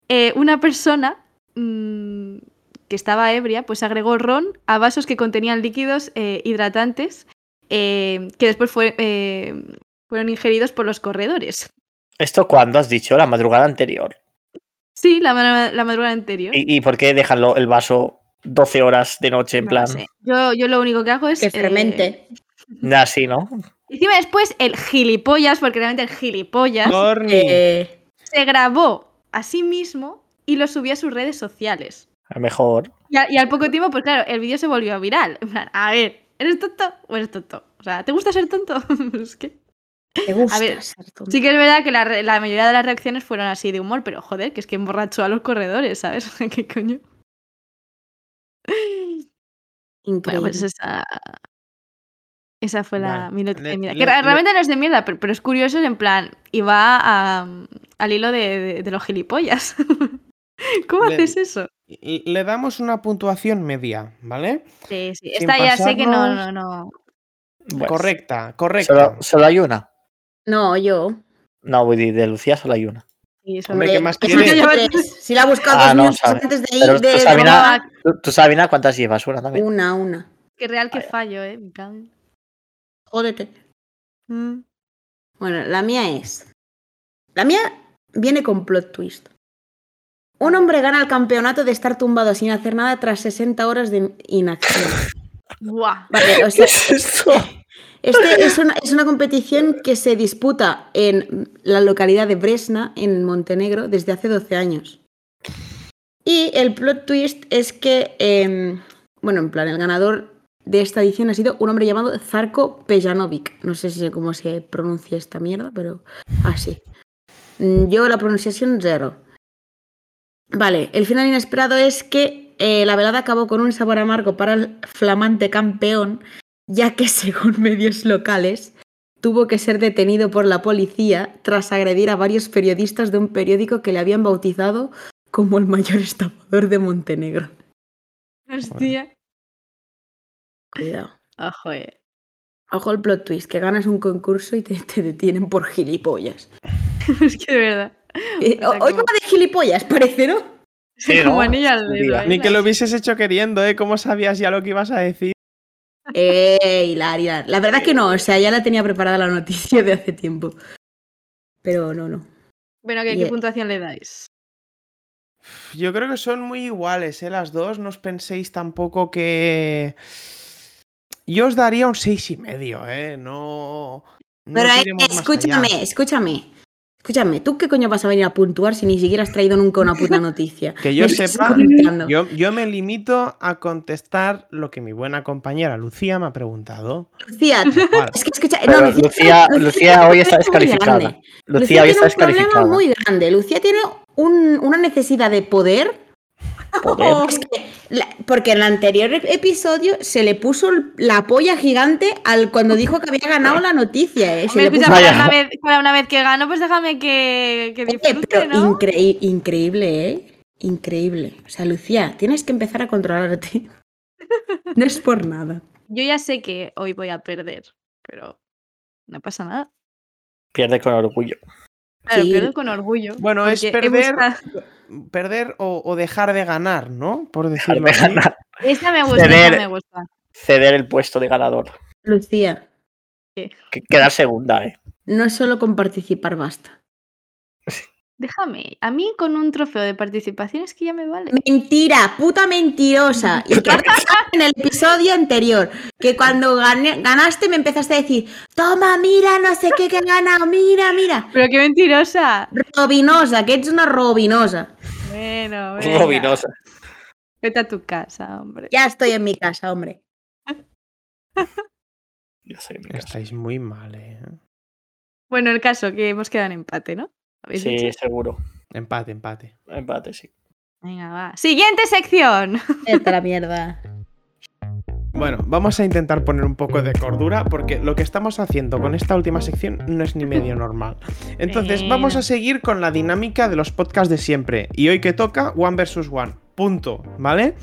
Speaker 3: eh, una persona mm, que estaba ebria, pues agregó ron a vasos que contenían líquidos eh, hidratantes eh, que después fue- eh, fueron ingeridos por los corredores.
Speaker 5: ¿Esto cuándo has dicho? La madrugada anterior.
Speaker 3: Sí, la, ma- la madrugada anterior.
Speaker 5: ¿Y, y por qué dejan lo- el vaso 12 horas de noche en
Speaker 3: No
Speaker 5: plan?
Speaker 3: sé. Yo, yo lo único que hago es...
Speaker 1: Que fermente.
Speaker 5: Nada así, ¿no?
Speaker 3: Y Encima después el gilipollas, porque realmente el gilipollas
Speaker 2: Corny.
Speaker 1: Eh,
Speaker 3: se grabó a sí mismo y lo subió a sus redes sociales.
Speaker 5: A lo mejor.
Speaker 3: Y, a- y al poco tiempo, pues claro, el vídeo se volvió viral. En plan, a ver, ¿eres tonto o eres tonto? O sea, ¿te gusta ser tonto? es que...
Speaker 1: te gusta
Speaker 3: A ver,
Speaker 1: ser tonto.
Speaker 3: Sí que es verdad que la, re- la mayoría de las reacciones fueron así de humor, pero joder, que es que emborrachó a los corredores, ¿sabes? ¿Qué coño? Bueno,
Speaker 1: Increíble.
Speaker 3: pues esa... Esa fue la
Speaker 2: Vale. e-
Speaker 3: mi noticia de
Speaker 2: Le-
Speaker 3: mierda.
Speaker 2: le-
Speaker 3: Que ra-
Speaker 2: le-
Speaker 3: realmente no es de mierda, pero, pero es curioso, en plan, y va a, um, al hilo de, de- de los gilipollas. ¿Cómo
Speaker 2: Le-
Speaker 3: haces eso?
Speaker 2: Y- y Le damos una puntuación media, ¿vale?
Speaker 3: Sí, sí.
Speaker 2: sin
Speaker 3: Esta ya sé que no, no,
Speaker 2: pasarnos-
Speaker 3: no.
Speaker 5: Bueno,
Speaker 2: Correcta, correcta.
Speaker 5: Solo, solo hay una.
Speaker 1: No, yo. eh,
Speaker 5: No, voy a decir de Lucía solo hay una.
Speaker 3: Sí, eso
Speaker 2: Hombre,
Speaker 3: no.
Speaker 2: ¿qué más
Speaker 1: que
Speaker 2: quieres?
Speaker 1: son tres. Si la ha buscado
Speaker 5: Ah,
Speaker 1: dos
Speaker 5: no,
Speaker 1: minutos
Speaker 5: sabe.
Speaker 1: antes de
Speaker 5: Pero
Speaker 1: ir de
Speaker 5: tú, Sabina,
Speaker 1: grabar,
Speaker 5: tú, tú, Sabina, ¿cuántas llevas? Una también.
Speaker 1: una, una.
Speaker 3: Qué real que
Speaker 5: Vaya.
Speaker 3: fallo, ¿eh? En Mm. plan,
Speaker 1: Jódete. Bueno, la mía es. La mía viene con plot twist. Un hombre gana el campeonato de estar tumbado sin hacer nada tras 60 horas de inacción.
Speaker 3: Buah.
Speaker 1: Vale, o
Speaker 5: ¿Qué
Speaker 1: sea,
Speaker 5: es esto?
Speaker 1: este es una, es una competición que se disputa en la localidad de Bresna, en Montenegro, desde hace 12 años. Y el plot twist es que, em, bueno, en plan, el ganador de esta edición ha sido un hombre llamado Zarko Pejanovic. No sé si cómo se pronuncia esta mierda, pero así. Mm, Yo la pronunciación cero. Vale, el final inesperado es que eh, la velada acabó con un sabor amargo para el flamante campeón ya que según medios locales tuvo que ser detenido por la policía tras agredir a varios periodistas de un periódico que le habían bautizado como el mayor estafador de Montenegro.
Speaker 3: Hostia.
Speaker 1: Cuidado.
Speaker 3: Ojo, eh.
Speaker 1: Ojo el plot twist, que ganas un concurso y te, te detienen por gilipollas.
Speaker 3: Es que de verdad.
Speaker 1: Eh,
Speaker 3: O sea,
Speaker 1: hoy
Speaker 3: como-
Speaker 1: va de gilipollas, parece, ¿no?
Speaker 5: Sí,
Speaker 3: como
Speaker 5: ¿no?
Speaker 3: anillo al
Speaker 5: Ni
Speaker 3: dedo,
Speaker 2: Ni
Speaker 3: eh.
Speaker 2: que lo hubieses hecho queriendo, ¿eh? ¿Cómo sabías ya lo que ibas a decir?
Speaker 1: Eh, Hilar, Hilar. La verdad que no, o sea, ya la tenía preparada la noticia de hace tiempo. Pero no, no.
Speaker 3: Bueno, ¿qué, qué
Speaker 1: Yeah.
Speaker 3: puntuación le dais?
Speaker 2: Yo creo que son muy iguales, ¿eh? Las dos. No os penséis tampoco que. Yo os daría un seis y medio, ¿eh? No. no
Speaker 1: Pero eh,
Speaker 2: tiremos más allá.
Speaker 1: escúchame, escúchame. Escúchame, ¿tú qué coño vas a venir a puntuar si ni siquiera has traído nunca una puta noticia?
Speaker 2: Que yo
Speaker 1: Me estás
Speaker 2: sepa,
Speaker 1: contando.
Speaker 2: yo, yo me limito a contestar lo que mi buena compañera Lucía me ha preguntado.
Speaker 1: Lucía,
Speaker 2: Vale.
Speaker 1: es que escucha.
Speaker 5: Pero
Speaker 1: no,
Speaker 5: Lucía- Lucía hoy está
Speaker 1: tiene un problema muy
Speaker 5: descalificada.
Speaker 1: grande.
Speaker 5: Lucía hoy
Speaker 1: tiene
Speaker 5: está
Speaker 1: un problema
Speaker 5: descalificada.
Speaker 1: muy grande. Lucía tiene un- una necesidad de poder. Oh,
Speaker 5: Joder.
Speaker 1: Es que la- porque en el anterior episodio se le puso el- la polla gigante al cuando dijo que había ganado la noticia. eh, se
Speaker 3: Hombre,
Speaker 1: le puso-
Speaker 3: escucha, para
Speaker 5: Vaya.
Speaker 3: una, vez, para una vez que gano, pues déjame que, que
Speaker 1: Oye, pero
Speaker 3: disfrute, ¿no?
Speaker 1: increí- increíble, ¿eh? Increíble. O sea, Lucía, tienes que empezar a controlarte. No es por nada.
Speaker 3: Yo ya sé que hoy voy a perder, pero no pasa nada.
Speaker 5: Pierde con orgullo.
Speaker 3: Claro,
Speaker 1: Sí.
Speaker 3: pierdo con orgullo.
Speaker 2: Bueno, es
Speaker 3: porque he
Speaker 2: perder,
Speaker 3: buscado-
Speaker 2: perder o, o dejar de ganar, ¿no? Por
Speaker 5: Dejar
Speaker 2: decirlo
Speaker 5: de
Speaker 2: así.
Speaker 5: ganar.
Speaker 3: Esta me gusta, esta
Speaker 5: Ceder.
Speaker 3: me gusta.
Speaker 5: Ceder el puesto de ganador.
Speaker 1: Lucía,
Speaker 5: Que- Quedar segunda, ¿eh?
Speaker 1: no es solo con participar basta.
Speaker 3: Déjame, a mí con un trofeo de participación es que ya me vale.
Speaker 1: Mentira, puta mentirosa. Y que ahora en el episodio anterior, que cuando gané- ganaste me empezaste a decir, toma, mira, no sé qué que he ganado, mira, mira.
Speaker 3: Pero qué mentirosa.
Speaker 1: Robinosa, que es una robinosa.
Speaker 3: Bueno, venga,
Speaker 5: Robinosa.
Speaker 3: Vete a tu casa, hombre.
Speaker 1: Ya estoy en mi casa, hombre.
Speaker 5: Ya sé, mi casa.
Speaker 2: Estáis muy mal, ¿eh?
Speaker 3: Bueno, el caso que hemos quedado en empate, ¿no? ¿Habéis
Speaker 5: Sí,
Speaker 3: dicho?
Speaker 5: seguro.
Speaker 2: Empate, empate.
Speaker 5: Empate, sí.
Speaker 3: Venga, va. Siguiente sección.
Speaker 1: Vete a la mierda.
Speaker 2: Bueno, vamos a intentar poner un poco de cordura porque lo que estamos haciendo con esta última sección no es ni medio normal. Entonces, vamos
Speaker 3: Bueno.
Speaker 2: a seguir con la dinámica de los podcasts de siempre. Y hoy que toca, One versus One. Punto, ¿vale?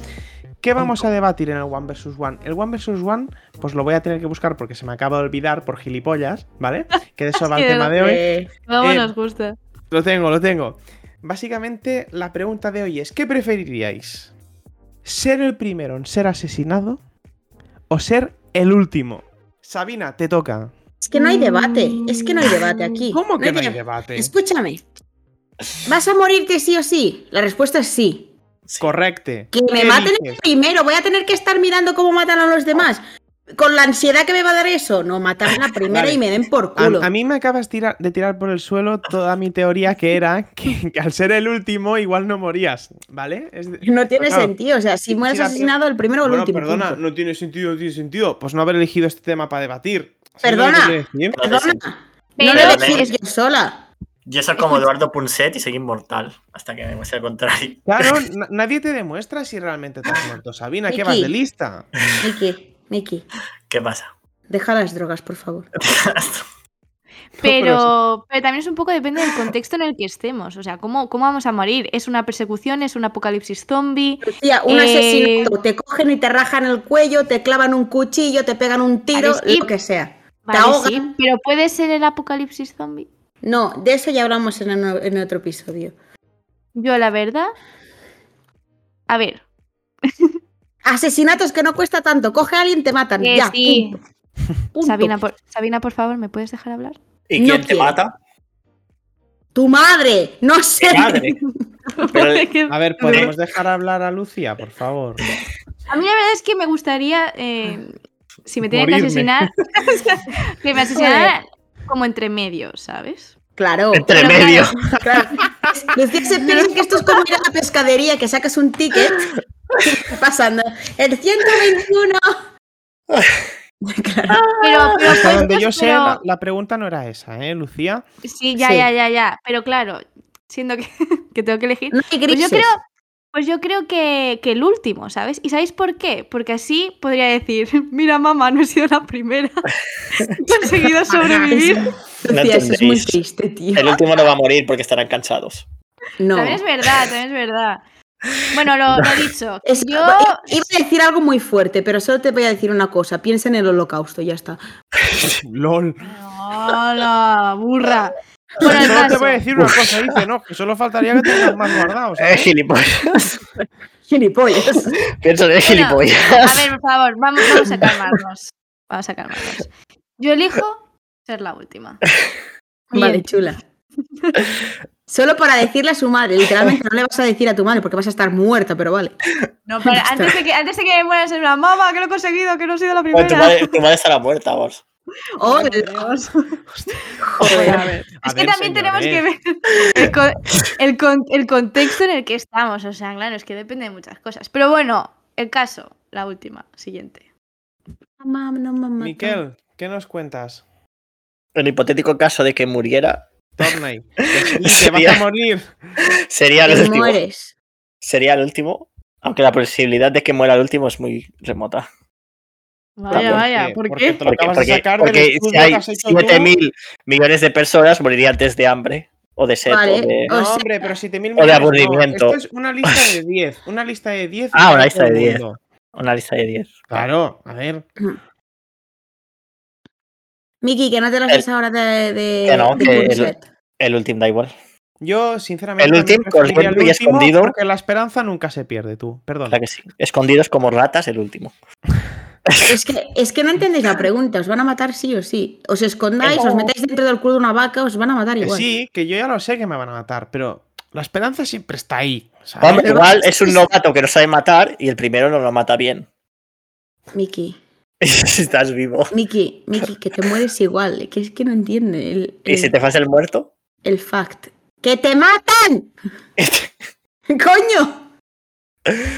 Speaker 2: ¿Qué vamos a debatir en el One versus One? El One versus One, pues lo voy a tener que buscar porque se me acaba de olvidar por gilipollas, ¿vale? Que de eso va el
Speaker 3: que
Speaker 2: tema de hoy.
Speaker 1: Eh,
Speaker 3: Vamos,
Speaker 2: Eh,
Speaker 3: nos gusta.
Speaker 2: Lo tengo, lo tengo. Básicamente, la pregunta de hoy es: ¿qué preferiríais? ¿Ser el primero en ser asesinado o ser el último? Sabina, te toca.
Speaker 1: es que no hay debate, es que no hay debate aquí.
Speaker 2: ¿Cómo que no hay
Speaker 1: debate?
Speaker 2: debate?
Speaker 1: Escúchame. ¿Vas a morirte sí o sí? La respuesta es sí.
Speaker 2: Correcto.
Speaker 1: Que me
Speaker 2: ¿Qué Oh.
Speaker 1: maten
Speaker 2: eliges?
Speaker 1: primero. Voy a tener que estar mirando cómo matan a los demás. Con la ansiedad que me va a dar eso. No, matarme la primera
Speaker 2: Vale.
Speaker 1: y me den por
Speaker 2: A,
Speaker 1: culo.
Speaker 2: a mí me acabas tira- de tirar por el suelo toda mi teoría que era que, que al ser el último igual no morías, ¿vale? Es de-
Speaker 1: No tiene
Speaker 2: Claro.
Speaker 1: sentido. O sea, si
Speaker 2: Sí,
Speaker 1: mueres
Speaker 2: sí, la-
Speaker 1: asesinado, el primero o el
Speaker 2: Bueno,
Speaker 1: último.
Speaker 2: perdona,
Speaker 1: punto.
Speaker 2: no tiene sentido, no tiene sentido. Pues no haber elegido este tema para debatir. ¿Sabes lo que
Speaker 1: Perdona.
Speaker 2: quiero decir?
Speaker 1: Perdona. no
Speaker 3: Pero-
Speaker 1: lo
Speaker 4: Pero-
Speaker 1: decides yo sola.
Speaker 4: Yo soy como Eduardo Punset y soy inmortal. Hasta que me demuestre el contrario.
Speaker 2: Claro, na- nadie te demuestra si realmente te has muerto, Sabina, que vas de
Speaker 1: Miki.
Speaker 2: lista.
Speaker 1: Miki, Miki,
Speaker 4: ¿Qué pasa?
Speaker 1: deja las drogas, por favor.
Speaker 3: Pero, pero también es un poco depende del contexto en el que estemos. O sea, ¿cómo, cómo vamos a morir? ¿Es una persecución? ¿Es un apocalipsis zombie?
Speaker 1: Lucía, un
Speaker 3: Eh,
Speaker 1: asesinato. Te cogen y te rajan el cuello, te clavan un cuchillo, te pegan un tiro,
Speaker 3: Vale, sí.
Speaker 1: lo que sea.
Speaker 3: Vale,
Speaker 1: ahogan.
Speaker 3: sí, pero puede ser el apocalipsis zombie.
Speaker 1: No, de eso ya hablamos en, ano- en otro episodio.
Speaker 3: Yo, la verdad. A ver.
Speaker 1: Asesinatos que no cuesta tanto. Coge a alguien, te matan.
Speaker 3: que
Speaker 1: ya.
Speaker 3: Eh, sí.
Speaker 1: Punto.
Speaker 3: Sabina por, Sabina, por favor, ¿me puedes dejar hablar?
Speaker 5: ¿Y
Speaker 1: No
Speaker 5: quién te
Speaker 1: quiero.
Speaker 5: mata?
Speaker 1: ¡Tu madre! ¡No sé!
Speaker 5: Madre. Pero-
Speaker 3: Es que-
Speaker 2: A ver, ¿podemos dejar hablar a Lucía, por favor?
Speaker 3: A mí la verdad es que me gustaría, eh, si me tienen que
Speaker 2: Morirme.
Speaker 3: asesinar, o sea, que me asesinaran como entre medio, ¿sabes?
Speaker 1: Claro,
Speaker 4: Entre
Speaker 3: Pero
Speaker 4: medio.
Speaker 1: claro. Lucía se piensa que esto es como ir a la pescadería, que sacas un ticket. ¿Qué está pasando? ¡El 121! Claro.
Speaker 3: Pero, pero
Speaker 2: Hasta donde
Speaker 3: cuentas,
Speaker 2: yo sé,
Speaker 3: pero-
Speaker 2: la, la pregunta no era esa, ¿eh, Lucía?
Speaker 3: Sí, ya,
Speaker 1: Sí.
Speaker 3: ya, ya, ya. Pero claro, siendo que, que tengo que elegir.
Speaker 1: No hay
Speaker 3: Pues yo
Speaker 1: grises.
Speaker 3: creo, pues yo creo que, que el último, ¿sabes? ¿Y sabéis por qué? Porque así podría decir, mira mamá, no he sido la primera. He conseguido sobrevivir.
Speaker 1: Lucía, eso es muy
Speaker 5: entendéis.
Speaker 1: triste, tío.
Speaker 5: El último no va a morir porque estarán cansados.
Speaker 1: No.
Speaker 3: También es verdad, también es verdad. Bueno, lo, lo he dicho.
Speaker 1: Es-
Speaker 3: yo,
Speaker 1: Iba a decir algo muy fuerte, pero solo te voy a decir una cosa. Piensa en el holocausto, ya está.
Speaker 2: LOL.
Speaker 3: ¡Hola, burra! Bueno, el
Speaker 2: Solo te
Speaker 3: caso.
Speaker 2: voy a decir una cosa, dice, no, que solo faltaría que tengas más guardados.
Speaker 5: Eh, gilipollas.
Speaker 1: Gilipollas.
Speaker 5: Pienso en el
Speaker 3: Bueno,
Speaker 5: gilipollas.
Speaker 3: A ver, por favor, vamos, vamos a calmarnos. Vamos a calmarnos. Yo elijo ser la última.
Speaker 1: Vale,
Speaker 3: Bien.
Speaker 1: chula. Solo para decirle a su madre, literalmente no le vas a decir a tu madre porque vas a estar muerta, pero vale.
Speaker 3: No, pero antes de que, antes de que me mueras en una mamá, que lo he conseguido, que no he sido la
Speaker 5: Bueno, tu,
Speaker 3: primera.
Speaker 5: madre, tu madre estará muerta, vos.
Speaker 1: Oh,
Speaker 3: Bueno,
Speaker 1: joder.
Speaker 3: a ver.
Speaker 2: A
Speaker 3: Es que
Speaker 2: ver,
Speaker 3: también tenemos que
Speaker 2: señores.
Speaker 3: ver el, con- el con- el contexto en el que estamos. O sea, claro, es que depende de muchas cosas. Pero bueno, el caso, la última, siguiente.
Speaker 1: Mamá, no, mamá.
Speaker 2: Miquel, ¿qué nos cuentas?
Speaker 5: El hipotético caso de que muriera
Speaker 2: Tornay. que sí, que
Speaker 5: Sería-
Speaker 2: vas a morir.
Speaker 5: sería el
Speaker 1: Te
Speaker 5: último.
Speaker 1: mueres.
Speaker 5: Sería el último. Aunque la posibilidad de que muera el último es muy remota.
Speaker 3: Vaya,
Speaker 5: ¿por
Speaker 3: vaya, ¿por qué?
Speaker 2: Te lo acabas de sacar del
Speaker 5: porque
Speaker 2: estudio
Speaker 5: si
Speaker 2: que
Speaker 5: hay
Speaker 2: has hecho tú.
Speaker 5: 7.000 millones de personas morirían antes de hambre o de sed.
Speaker 1: Vale.
Speaker 5: O de...
Speaker 1: O
Speaker 2: No,
Speaker 1: sea-
Speaker 2: hombre, pero 7000
Speaker 5: o de
Speaker 2: millones no.
Speaker 5: aburrimiento.
Speaker 2: Esto es una lista de 10. Una lista de 10. de
Speaker 5: Ah, una
Speaker 2: cada
Speaker 5: lista de 10.
Speaker 2: mundo.
Speaker 5: Una lista de 10.
Speaker 2: Claro, a ver.
Speaker 1: Miki, que no te lo
Speaker 5: El-
Speaker 1: haces ahora de, de,
Speaker 5: Que no,
Speaker 1: de
Speaker 5: que el-
Speaker 1: Punset.
Speaker 5: El último da igual.
Speaker 2: Yo, sinceramente.
Speaker 5: El
Speaker 2: también
Speaker 5: último,
Speaker 2: preferiría
Speaker 5: corriendo y escondido.
Speaker 2: Porque la esperanza nunca se pierde, tú. Perdón.
Speaker 5: Claro que sí. Escondidos como ratas, el último.
Speaker 1: Es, que, es que no entendéis la pregunta, os van a matar sí o sí. Os escondáis,
Speaker 5: No.
Speaker 1: os metáis dentro del culo de una vaca, os van a matar
Speaker 2: Que
Speaker 1: igual.
Speaker 2: sí, que yo ya lo sé que me van a matar, pero la esperanza siempre está ahí. ¿sabes?
Speaker 5: Hombre,
Speaker 1: pero
Speaker 5: igual
Speaker 1: vamos,
Speaker 5: es un
Speaker 1: es-
Speaker 5: novato que no sabe matar y el primero no lo mata bien.
Speaker 1: Miki,
Speaker 5: Y si estás vivo.
Speaker 1: Miki, Miki, que te mueres igual. Que es que no entiende el,
Speaker 5: Y si
Speaker 1: el-
Speaker 5: te pasa el muerto.
Speaker 1: el fact. ¡Que te matan! ¡Coño!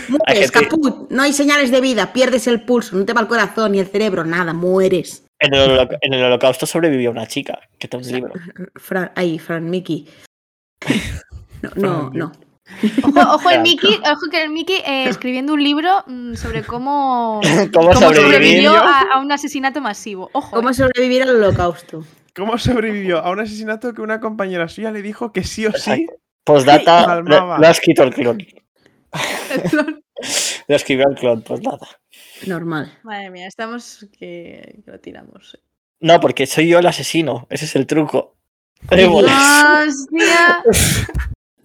Speaker 1: Mueres,
Speaker 5: gente-
Speaker 1: caput. No hay señales de vida, pierdes el pulso, no te va el corazón ni el cerebro, nada, mueres.
Speaker 5: En el, holoca- en el holocausto sobrevivió una chica, que está en un libro.
Speaker 1: Fran, ahí, Fran, Miki. No, no, no.
Speaker 3: Ojo, ojo el
Speaker 5: Claro.
Speaker 3: Mickey, ojo que el Mickey eh, escribiendo un libro mm, sobre cómo,
Speaker 5: ¿Cómo,
Speaker 3: sobrevivió
Speaker 5: sobrevivió?
Speaker 3: a, a un asesinato masivo. Ojo. eh.
Speaker 1: ¿Cómo sobrevivir al holocausto?
Speaker 2: ¿Cómo sobrevivió a un asesinato que una compañera suya le dijo que sí o sí?
Speaker 5: Postdata,
Speaker 2: Ay,
Speaker 5: lo,
Speaker 2: calmaba.
Speaker 5: lo ha escrito el clon.
Speaker 3: eh.
Speaker 5: Lo escribió el clon, postdata.
Speaker 1: Normal.
Speaker 3: Madre mía, estamos que que lo tiramos.
Speaker 5: No, porque soy yo el asesino. Ese es el truco.
Speaker 1: Dios.
Speaker 5: Bolas.
Speaker 3: ¡Hostia!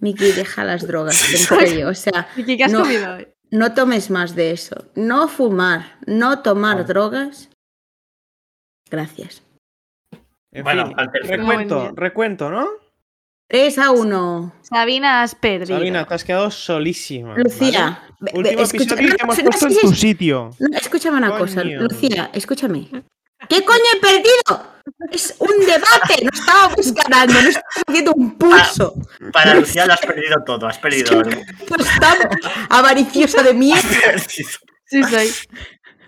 Speaker 1: Miki, deja las drogas, en serio. O sea,
Speaker 3: Mickey, ¿qué has
Speaker 1: No.
Speaker 3: comido hoy?
Speaker 1: no tomes más de eso. No fumar, no tomar
Speaker 5: Vale.
Speaker 1: drogas. Gracias.
Speaker 2: En
Speaker 4: Bueno,
Speaker 2: fin,
Speaker 4: al tercer-
Speaker 3: Muy
Speaker 2: recuento,
Speaker 3: bien.
Speaker 2: recuento, ¿no?
Speaker 1: 3 a 1.
Speaker 3: Sabina, has perdido.
Speaker 2: Sabina, te has quedado solísima. ¿vale?
Speaker 1: Lucía. ve- ve-
Speaker 2: Último
Speaker 1: escucha-
Speaker 2: episodio y te
Speaker 1: no,
Speaker 2: hemos
Speaker 1: no,
Speaker 2: puesto
Speaker 1: sí,
Speaker 2: en
Speaker 1: sí,
Speaker 2: tu
Speaker 1: sí.
Speaker 2: sitio.
Speaker 1: No, escúchame una cosa,
Speaker 2: Coño.
Speaker 1: Lucía, escúchame. ¿Qué coño he perdido? Es un debate, no estábamos ganando, no estábamos haciendo un pulso.
Speaker 4: Para Lucía lo has perdido todo. Has perdido. el-
Speaker 1: Estás tan avariciosa de mierda,
Speaker 3: Sí, soy.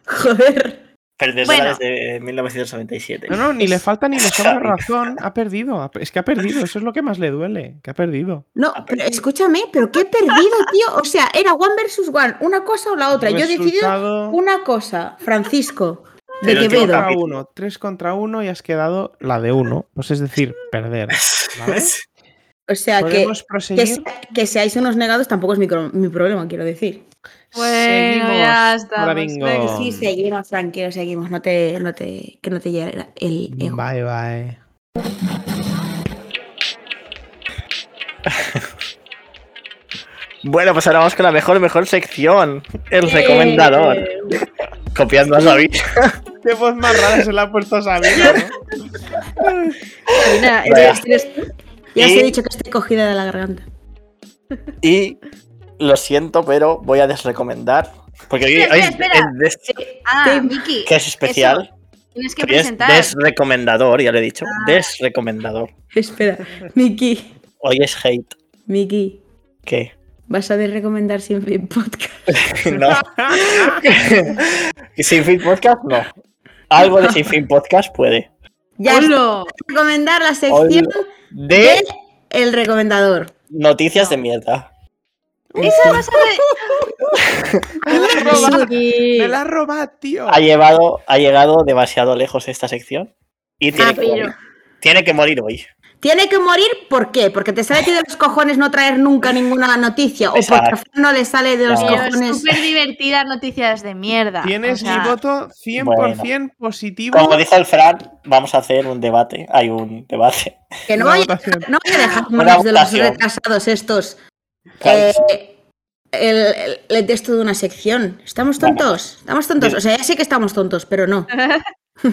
Speaker 1: joder.
Speaker 5: Perder
Speaker 3: Bueno.
Speaker 5: dólares de 1997.
Speaker 2: No, no, ni le falta ni le sobra
Speaker 5: Sabina.
Speaker 2: razón. Ha perdido. ha- Es que ha perdido. Eso es lo que más le duele. Que ha perdido.
Speaker 1: No, pero escúchame, pero ¿qué he perdido, tío? O sea, era one versus one, una cosa o la otra. Yo he decidido
Speaker 2: Resultado,
Speaker 1: una cosa, Francisco, de
Speaker 4: El último
Speaker 2: tres
Speaker 1: Quevedo.
Speaker 2: contra uno. Tres contra uno y has quedado la de uno. Pues es decir, perder. ¿vale?
Speaker 1: O sea, que,
Speaker 2: Podemos
Speaker 1: que,
Speaker 2: proseguir.
Speaker 1: se- que seáis unos negados tampoco es mi, cro- mi problema, quiero decir.
Speaker 3: Bueno, ya estamos.
Speaker 2: Moravingo.
Speaker 3: Venga,
Speaker 1: pues, Sí, seguimos, tranquilo, seguimos. No te, no te, que no te llegue el ego.
Speaker 2: Bye bye.
Speaker 5: Bueno, pues ahora vamos con la mejor, mejor sección. El recomendador. Copiando a Sabina.
Speaker 2: Qué voz más rara se la ha puesto a Sabina, ¿no?
Speaker 1: Sabina,
Speaker 5: Vaya.
Speaker 1: eres- eres tú. Ya os
Speaker 5: Y-
Speaker 1: he dicho que estoy cogida de la garganta.
Speaker 5: Y lo siento, pero voy a desrecomendar. Porque hoy,
Speaker 3: Espera,
Speaker 5: hoy
Speaker 3: espera,
Speaker 5: es des-
Speaker 3: Ah,
Speaker 1: Te-
Speaker 3: Vicky,
Speaker 5: que es especial.
Speaker 3: tienes que
Speaker 5: hoy es
Speaker 3: presentar.
Speaker 5: desrecomendador, ya lo he dicho. Desrecomendador.
Speaker 1: Espera, Miki,
Speaker 5: Hoy es hate.
Speaker 1: Miki,
Speaker 5: ¿Qué?
Speaker 1: vas a recomendar siempre el podcast.
Speaker 5: No. Sin fin podcast, no. Algo de Sin fin podcast puede.
Speaker 1: Ya está,
Speaker 3: Hola.
Speaker 1: recomendar la sección
Speaker 5: De ¿Eh?
Speaker 1: del el recomendador.
Speaker 5: noticias de mierda.
Speaker 3: Esa vas a re-
Speaker 2: Me la has robado,
Speaker 1: Sí.
Speaker 2: me la has robado, tío.
Speaker 5: Ha, llevado, ha llegado demasiado lejos esta sección. Y tiene,
Speaker 1: Ah,
Speaker 5: que,
Speaker 1: pero-
Speaker 5: morir. tiene que morir hoy.
Speaker 1: Tiene que morir, ¿por qué? Porque te sale a ti de los cojones no traer nunca ninguna noticia. O porque a
Speaker 5: Exacto.
Speaker 1: Fran no le sale de los
Speaker 5: No.
Speaker 3: Pero es
Speaker 1: cojones.
Speaker 3: súper divertida noticias de mierda.
Speaker 2: Tienes
Speaker 3: o sea,
Speaker 2: mi voto 100% positivo.
Speaker 5: Como dice el Fran, vamos a hacer un debate. Hay un debate.
Speaker 1: Que no
Speaker 2: Una
Speaker 1: hay
Speaker 2: votación.
Speaker 1: No voy a dejar como
Speaker 5: Una
Speaker 1: los de los
Speaker 5: votación.
Speaker 1: retrasados estos.
Speaker 5: Claro.
Speaker 1: Eh, el, el- el texto de una sección. ¿Estamos
Speaker 5: Bueno.
Speaker 1: tontos? ¿Estamos tontos?
Speaker 5: Bien.
Speaker 1: O sea, ya sé que estamos tontos, pero no.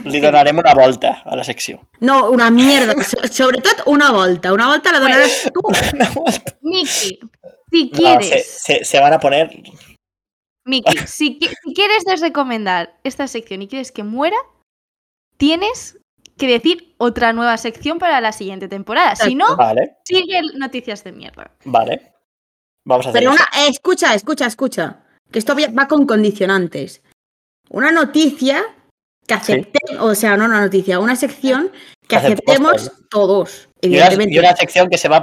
Speaker 5: Le donaremos una vuelta a la sección.
Speaker 1: No, una mierda. So- Sobre todo una volta. Una volta la donarás tú.
Speaker 5: Una volta.
Speaker 3: Miki, si
Speaker 5: No,
Speaker 3: quieres,
Speaker 5: se, se- se van a poner.
Speaker 3: Miki, si, qui- si quieres desrecomendar esta sección y quieres que muera, tienes que decir otra nueva sección para la siguiente temporada. Si no,
Speaker 5: Vale,
Speaker 3: sigue el noticias de mierda.
Speaker 5: vale. Vamos a hacer
Speaker 1: Pero
Speaker 5: eso.
Speaker 1: una. eh, escucha, escucha, escucha. Que esto va con condicionantes. Una noticia que aceptemos. O sea, no una noticia, una sección que
Speaker 5: Aceptemos
Speaker 1: aceptemos todos.
Speaker 5: Y una,
Speaker 1: Evidentemente.
Speaker 5: y una sección que se va a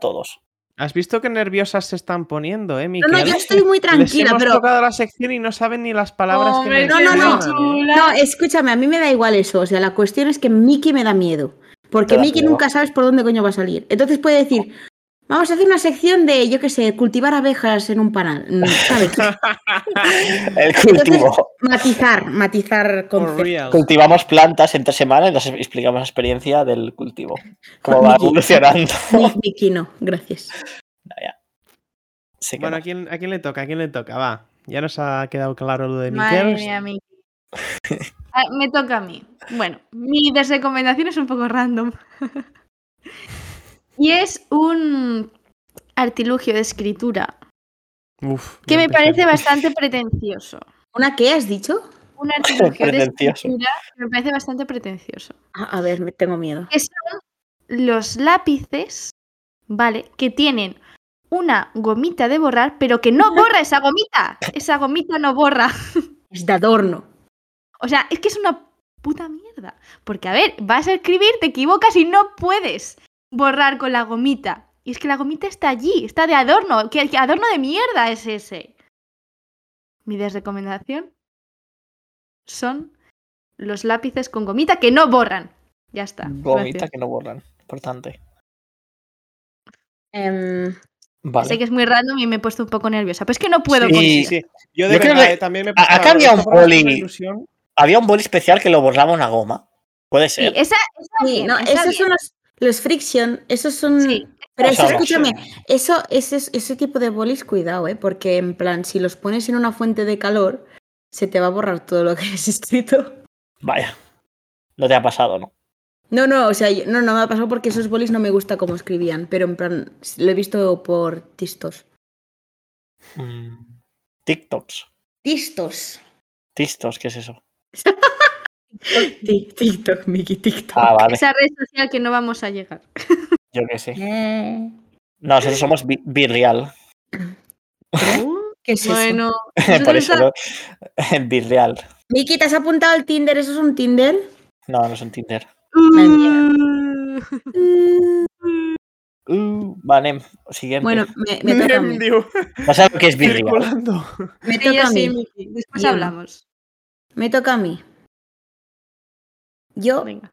Speaker 5: todos.
Speaker 2: Has visto qué nerviosas se están poniendo, ¿eh,
Speaker 1: No, no,
Speaker 2: Miquel?
Speaker 1: yo estoy muy
Speaker 2: Les
Speaker 1: tranquila,
Speaker 2: hemos
Speaker 1: pero.
Speaker 2: tocado la sección y no saben ni las palabras
Speaker 3: Hombre,
Speaker 2: que
Speaker 1: no, no, no.
Speaker 2: mencionan, ¿eh?
Speaker 1: No, escúchame, a mí me da igual eso. O sea, la cuestión es que Mickey me da miedo. Porque
Speaker 5: Te da
Speaker 1: Mickey
Speaker 5: miedo.
Speaker 1: nunca sabes por dónde coño va a salir. Entonces puede decir, vamos a hacer una sección de, yo qué sé, cultivar abejas en un panal. mm, ¿Sabes?
Speaker 5: El cultivo.
Speaker 1: matizar, matizar
Speaker 2: For
Speaker 1: conceptos.
Speaker 2: real.
Speaker 5: Cultivamos plantas entre semanas y les explicamos la experiencia del cultivo. Cómo va
Speaker 1: Mickey.
Speaker 5: evolucionando.
Speaker 1: Mi- Mickey no, gracias.
Speaker 5: Sí que
Speaker 2: Bueno, ¿a
Speaker 5: no.
Speaker 2: quién, ¿a quién le toca? ¿A quién le toca? Va. Ya nos ha quedado claro lo de
Speaker 3: Madre
Speaker 2: Miquel.
Speaker 3: mía, Miki. Ah, Me toca a mí. Bueno, mi desrecomendación es un poco random. Y es un artilugio de escritura
Speaker 2: Uf,
Speaker 3: que
Speaker 2: ya
Speaker 3: me
Speaker 2: empezamos.
Speaker 3: parece bastante pretencioso.
Speaker 1: ¿Una qué has dicho?
Speaker 3: Un artilugio de
Speaker 5: Pretencioso.
Speaker 3: escritura que me parece bastante pretencioso.
Speaker 1: Ah, A, a ver, me tengo miedo.
Speaker 3: que son los lápices, ¿vale? Que tienen una gomita de borrar, pero que no borra esa gomita. Esa gomita no borra.
Speaker 1: Es de adorno.
Speaker 3: O sea, es que es una puta mierda. Porque, a ver, vas a escribir, te equivocas y no puedes borrar con la gomita. Y es que la gomita está allí, está de adorno. ¿Qué, qué adorno de mierda es ese? Mi desrecomendación son los lápices con gomita que no borran. Ya está.
Speaker 5: Gomita
Speaker 3: gracias.
Speaker 5: que no borran. Importante.
Speaker 1: Em,
Speaker 5: Vale.
Speaker 3: Sé que es muy random y me he puesto un poco nerviosa, pero es que no puedo
Speaker 5: Sí,
Speaker 3: con
Speaker 5: sí,
Speaker 3: ello.
Speaker 2: Sí, yo de
Speaker 5: Yo creo
Speaker 2: verdad
Speaker 5: que-
Speaker 2: eh, también me
Speaker 5: a- acá había un
Speaker 2: poli.
Speaker 5: boli. Había un boli especial que lo borraba una goma. Puede
Speaker 3: Sí,
Speaker 5: ser.
Speaker 3: esa, esa
Speaker 1: sí,
Speaker 3: bien,
Speaker 1: no,
Speaker 3: esa
Speaker 1: esos
Speaker 3: bien.
Speaker 1: son los, los friction, esos son...
Speaker 3: Sí.
Speaker 1: Pero
Speaker 5: Eso
Speaker 1: eso,
Speaker 5: no sé.
Speaker 1: escúchame, eso, ese, ese tipo de bolis, cuidado, ¿eh? Porque en plan, si los pones en una fuente de calor, se te va a borrar todo lo que has escrito.
Speaker 5: Vaya. No te ha pasado, ¿no?
Speaker 1: No, no, o sea, yo- no, no me ha pasado porque esos bolis no me gusta cómo escribían, pero en plan, lo he visto por tistos.
Speaker 5: Mm. TikToks.
Speaker 1: Tistos.
Speaker 5: Tistos, ¿qué es eso?
Speaker 1: Tic- TikTok, Miki, TikTok.
Speaker 5: Ah, vale.
Speaker 3: Esa red social que no vamos a llegar.
Speaker 5: Yo qué sé.
Speaker 1: Eh,
Speaker 5: No, nosotros somos vi- virreal.
Speaker 1: ¿Qué es eso?
Speaker 3: Bueno,
Speaker 5: Por
Speaker 3: nosotros
Speaker 5: eso.
Speaker 3: estamos-
Speaker 5: ¿no? virreal.
Speaker 1: Miki, ¿te has apuntado al Tinder? ¿Eso es un Tinder?
Speaker 5: No, no es un Tinder.
Speaker 1: Madre
Speaker 3: Uh, Mm.
Speaker 5: Uh, vale, siguiente.
Speaker 1: Bueno, me, me toca a mí.
Speaker 5: No sabes lo que es virreal.
Speaker 2: Circulando.
Speaker 1: Me
Speaker 3: ella
Speaker 1: toca a
Speaker 3: sí,
Speaker 1: mí.
Speaker 3: Miki, Después
Speaker 1: Bien.
Speaker 3: hablamos.
Speaker 1: Me toca a mí. Yo
Speaker 3: Venga.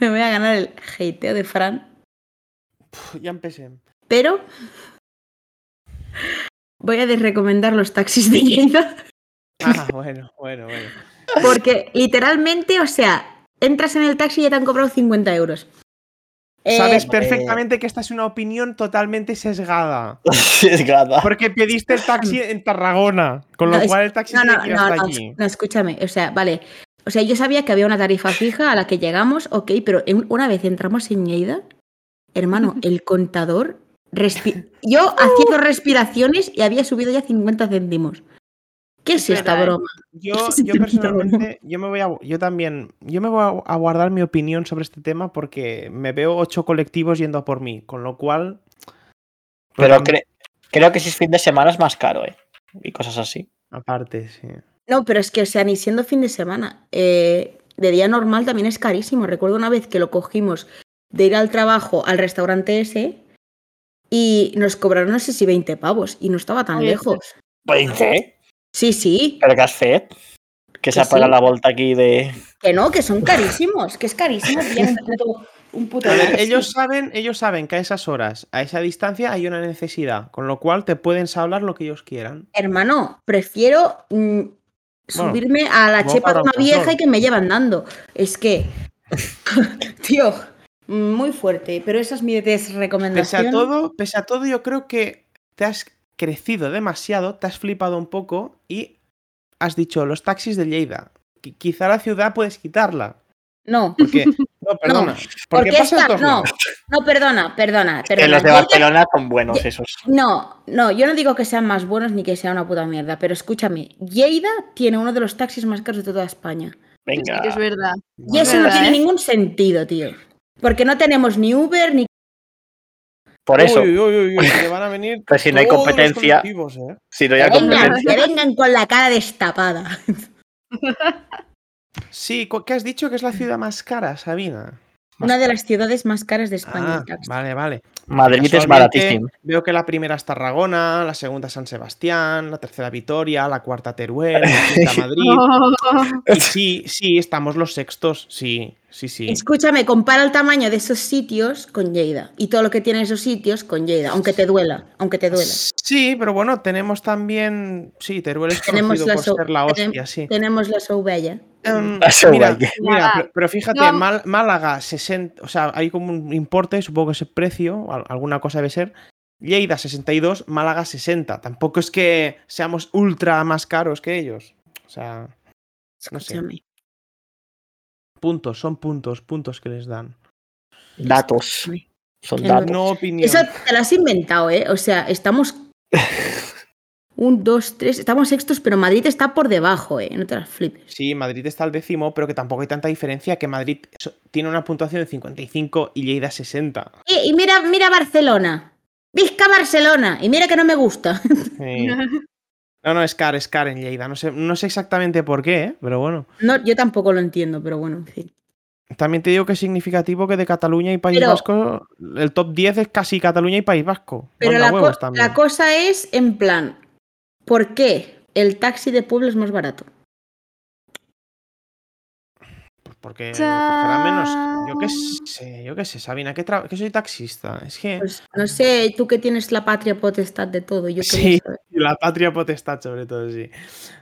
Speaker 1: me voy a ganar el hateo de Fran.
Speaker 2: Puf, Ya empecé.
Speaker 1: pero voy a desrecomendar los taxis de Lleida
Speaker 2: Ah, bueno, bueno, bueno.
Speaker 1: porque literalmente, o sea, entras en el taxi y ya te han cobrado 50 euros. Eh,
Speaker 2: Sabes
Speaker 5: Eh,
Speaker 2: perfectamente que esta es una opinión totalmente sesgada.
Speaker 5: es gata.
Speaker 2: Porque pediste el taxi en Tarragona, con lo
Speaker 1: No, es-
Speaker 2: cual el taxi
Speaker 1: no,
Speaker 2: tiene
Speaker 1: no,
Speaker 2: que ir
Speaker 1: no,
Speaker 2: hasta
Speaker 1: no,
Speaker 2: allí.
Speaker 1: no, escúchame. O sea, vale. O sea, yo sabía que había una tarifa fija a la que llegamos, ok, pero en- una vez entramos en Lleida, hermano, el contador. respi- yo haciendo respiraciones y había subido ya 50 céntimos. ¿Qué es,
Speaker 3: Es
Speaker 1: esta
Speaker 3: verdad, ¿eh?
Speaker 1: broma?
Speaker 2: Yo,
Speaker 1: Ese es el
Speaker 2: yo
Speaker 1: punto, ¿no?
Speaker 2: personalmente, yo me voy a, yo también, yo me voy a- a guardar mi opinión sobre este tema porque me veo ocho colectivos yendo a por mí, con lo cual.
Speaker 5: Pero
Speaker 2: Totalmente.
Speaker 5: cre- creo que si es fin de semana es más caro, ¿eh? Y cosas así.
Speaker 2: Aparte, sí.
Speaker 1: No, pero es que, o sea, ni siendo fin de semana. eh, de día normal también es carísimo. Recuerdo una vez que lo cogimos de ir al trabajo al restaurante ese y nos cobraron, no sé si 20 pavos y no estaba tan
Speaker 3: Ay,
Speaker 1: lejos.
Speaker 3: pues
Speaker 5: ¿20?
Speaker 1: Sí, sí,
Speaker 5: ¿Pero qué has fet? Que se
Speaker 1: Que sí.
Speaker 5: apaga la vuelta aquí de...
Speaker 1: Que no, que son carísimos, que es carísimo pillar un puto, un puto
Speaker 2: A ver,
Speaker 1: taxi.
Speaker 2: ellos saben, ellos saben que a esas horas, a esa distancia, hay una necesidad, con lo cual te pueden hablar lo que ellos quieran.
Speaker 1: Hermano, prefiero mm, subirme a la
Speaker 2: vamos
Speaker 1: chepa de
Speaker 2: para
Speaker 1: una
Speaker 2: otro
Speaker 1: vieja
Speaker 2: sol.
Speaker 1: y que me llevan dando. Es que, tío, muy fuerte, pero esa es mi
Speaker 2: Pese
Speaker 1: desrecomendación.
Speaker 2: a todo, pese a todo, yo creo que te has crecido demasiado, te has flipado un poco y has dicho los taxis de Lleida. qui- Quizá la ciudad puedes quitarla.
Speaker 1: No,
Speaker 2: Porque, no, perdona. porque
Speaker 1: porque
Speaker 2: pasa en
Speaker 1: esta,
Speaker 2: todos
Speaker 1: no,
Speaker 2: lados.
Speaker 1: no, perdona, perdona,
Speaker 5: Que
Speaker 1: perdona.
Speaker 5: los de
Speaker 1: Yo-
Speaker 5: Barcelona son buenos
Speaker 1: Ye-
Speaker 5: esos.
Speaker 1: No, no, yo no digo que sean más buenos ni que sea una puta mierda, pero escúchame, Lleida tiene uno de los taxis más caros de toda España.
Speaker 5: Venga.
Speaker 3: Sí que es verdad.
Speaker 1: Y eso no
Speaker 3: ¿Verdad,
Speaker 1: tiene
Speaker 3: eh?
Speaker 1: ningún sentido, tío. Porque no tenemos ni Uber ni.
Speaker 5: Por eso,
Speaker 2: Uy, uy, uy, uy, que van a venir
Speaker 5: Pues si no hay
Speaker 2: todos los
Speaker 5: competencia-
Speaker 2: colectivos, ¿eh?
Speaker 5: si no
Speaker 1: Que
Speaker 5: hay
Speaker 1: vengan,
Speaker 5: competencia...
Speaker 1: que vengan con la cara destapada.
Speaker 2: Sí, cu- ¿qué has dicho que es la ciudad más cara, Sabina?
Speaker 1: Una de las ciudades más caras de España.
Speaker 2: Ah,
Speaker 1: el taxi.
Speaker 2: vale, vale.
Speaker 5: Madrid es
Speaker 2: Casualmente,
Speaker 5: baratísimo.
Speaker 2: Veo que la primera es Tarragona, la segunda San Sebastián, la tercera Vitoria, la cuarta Teruel, la quinta Madrid. Y sí, sí, estamos los sextos. Sí, sí, sí.
Speaker 1: Escúchame, compara el tamaño de esos sitios con Lleida. Y todo lo que tienen esos sitios con Lleida. Aunque te duela, aunque te duela.
Speaker 2: Sí, pero bueno, tenemos también. Sí, Teruel es
Speaker 1: Tenemos
Speaker 2: conocido
Speaker 1: la
Speaker 2: por
Speaker 1: so-
Speaker 2: ser la
Speaker 1: tenem-
Speaker 2: hostia, sí.
Speaker 1: Tenemos la Soubella.
Speaker 2: Em,
Speaker 5: La so
Speaker 2: mira,
Speaker 5: guay.
Speaker 2: mira,
Speaker 3: Nada.
Speaker 2: pero, pero fíjate,
Speaker 3: No.
Speaker 2: Mal- Málaga, 60, o sea, hay como un importe, supongo que es el precio, o al- alguna cosa debe ser. Lleida 62, Málaga 60. Tampoco es que seamos ultra más caros que ellos. O sea, No sé.
Speaker 1: Escúchame.
Speaker 2: puntos, son puntos, puntos que les dan.
Speaker 5: Datos. Son
Speaker 1: Que no-
Speaker 5: datos.
Speaker 2: No opinión.
Speaker 1: Eso te lo has inventado, ¿eh? O sea, estamos. Un, dos, tres. Estamos sextos, pero Madrid está por debajo, ¿eh? No te las flipes.
Speaker 2: Sí, Madrid está al décimo, pero que tampoco hay tanta diferencia que Madrid so- tiene una puntuación de 55 y Lleida 60.
Speaker 1: Y, y mira, mira Barcelona. Vizca Barcelona. Y mira que no me gusta.
Speaker 2: Sí. No, no, es car, es car en Lleida. No sé, no sé exactamente por qué, ¿eh? pero bueno.
Speaker 1: No, yo tampoco lo entiendo, pero bueno, en fin.
Speaker 2: También te digo que es significativo que de Cataluña y País
Speaker 1: Pero-
Speaker 2: Vasco, el top 10 es casi Cataluña y País Vasco.
Speaker 1: Pero
Speaker 2: Manda
Speaker 1: la, co-
Speaker 2: huevos también.
Speaker 1: la cosa es, en plan, ¿por qué el taxi de pueblo es más barato?
Speaker 2: Pues porque
Speaker 3: Cha-
Speaker 2: cogerá menos. Yo qué sé, yo qué sé, Sabina, que, tra- que soy taxista. Es que
Speaker 1: Pues no sé, tú que tienes la patria potestad de todo. Yo qué voy a
Speaker 2: Sí.
Speaker 1: saber.
Speaker 2: la patria potestad, sobre todo, sí.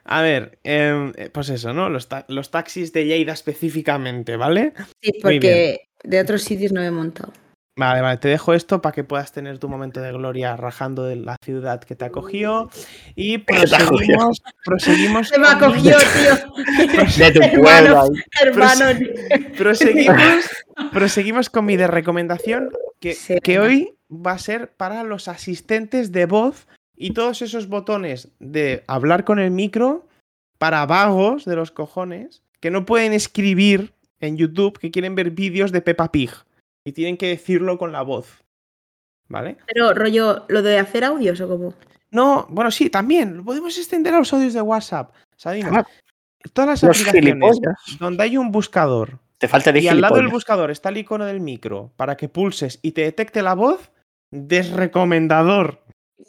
Speaker 2: A ver, em, eh, pues eso, ¿no? Los, ta- los taxis de Lleida específicamente, ¿vale?
Speaker 1: Sí,
Speaker 2: Muy bien.
Speaker 1: porque de otros sitios no me he montado.
Speaker 2: Vale, vale, te dejo esto para que puedas tener tu momento de gloria rajando de la ciudad que te acogió. Y
Speaker 5: te acogió.
Speaker 2: proseguimos. proseguimos
Speaker 1: Se me
Speaker 2: con-
Speaker 1: acogió, tío.
Speaker 5: De tu
Speaker 1: Hermano.
Speaker 5: pueblo. ahí.
Speaker 2: Pues
Speaker 1: Hermano.
Speaker 2: Proseguimos, proseguimos con mi de recomendación, que,
Speaker 1: Sí,
Speaker 2: que
Speaker 1: venga.
Speaker 2: hoy va a ser para los asistentes de voz y todos esos botones de hablar con el micro para vagos de los cojones que no pueden escribir en YouTube, que quieren ver vídeos de Peppa Pig y tienen que decirlo con la voz. ¿Vale?
Speaker 1: Pero rollo, ¿lo de hacer audios o cómo?
Speaker 2: No, bueno, sí, también. Lo podemos extender a los audios de WhatsApp. Sabina.
Speaker 5: Ah.
Speaker 2: Todas las
Speaker 5: Los
Speaker 2: aplicaciones
Speaker 5: gilipollas.
Speaker 2: donde hay un buscador
Speaker 5: Te falta de
Speaker 2: y al lado del
Speaker 5: gilipollas.
Speaker 2: buscador está el icono del micro para que pulses y te detecte la voz, desrecomendador.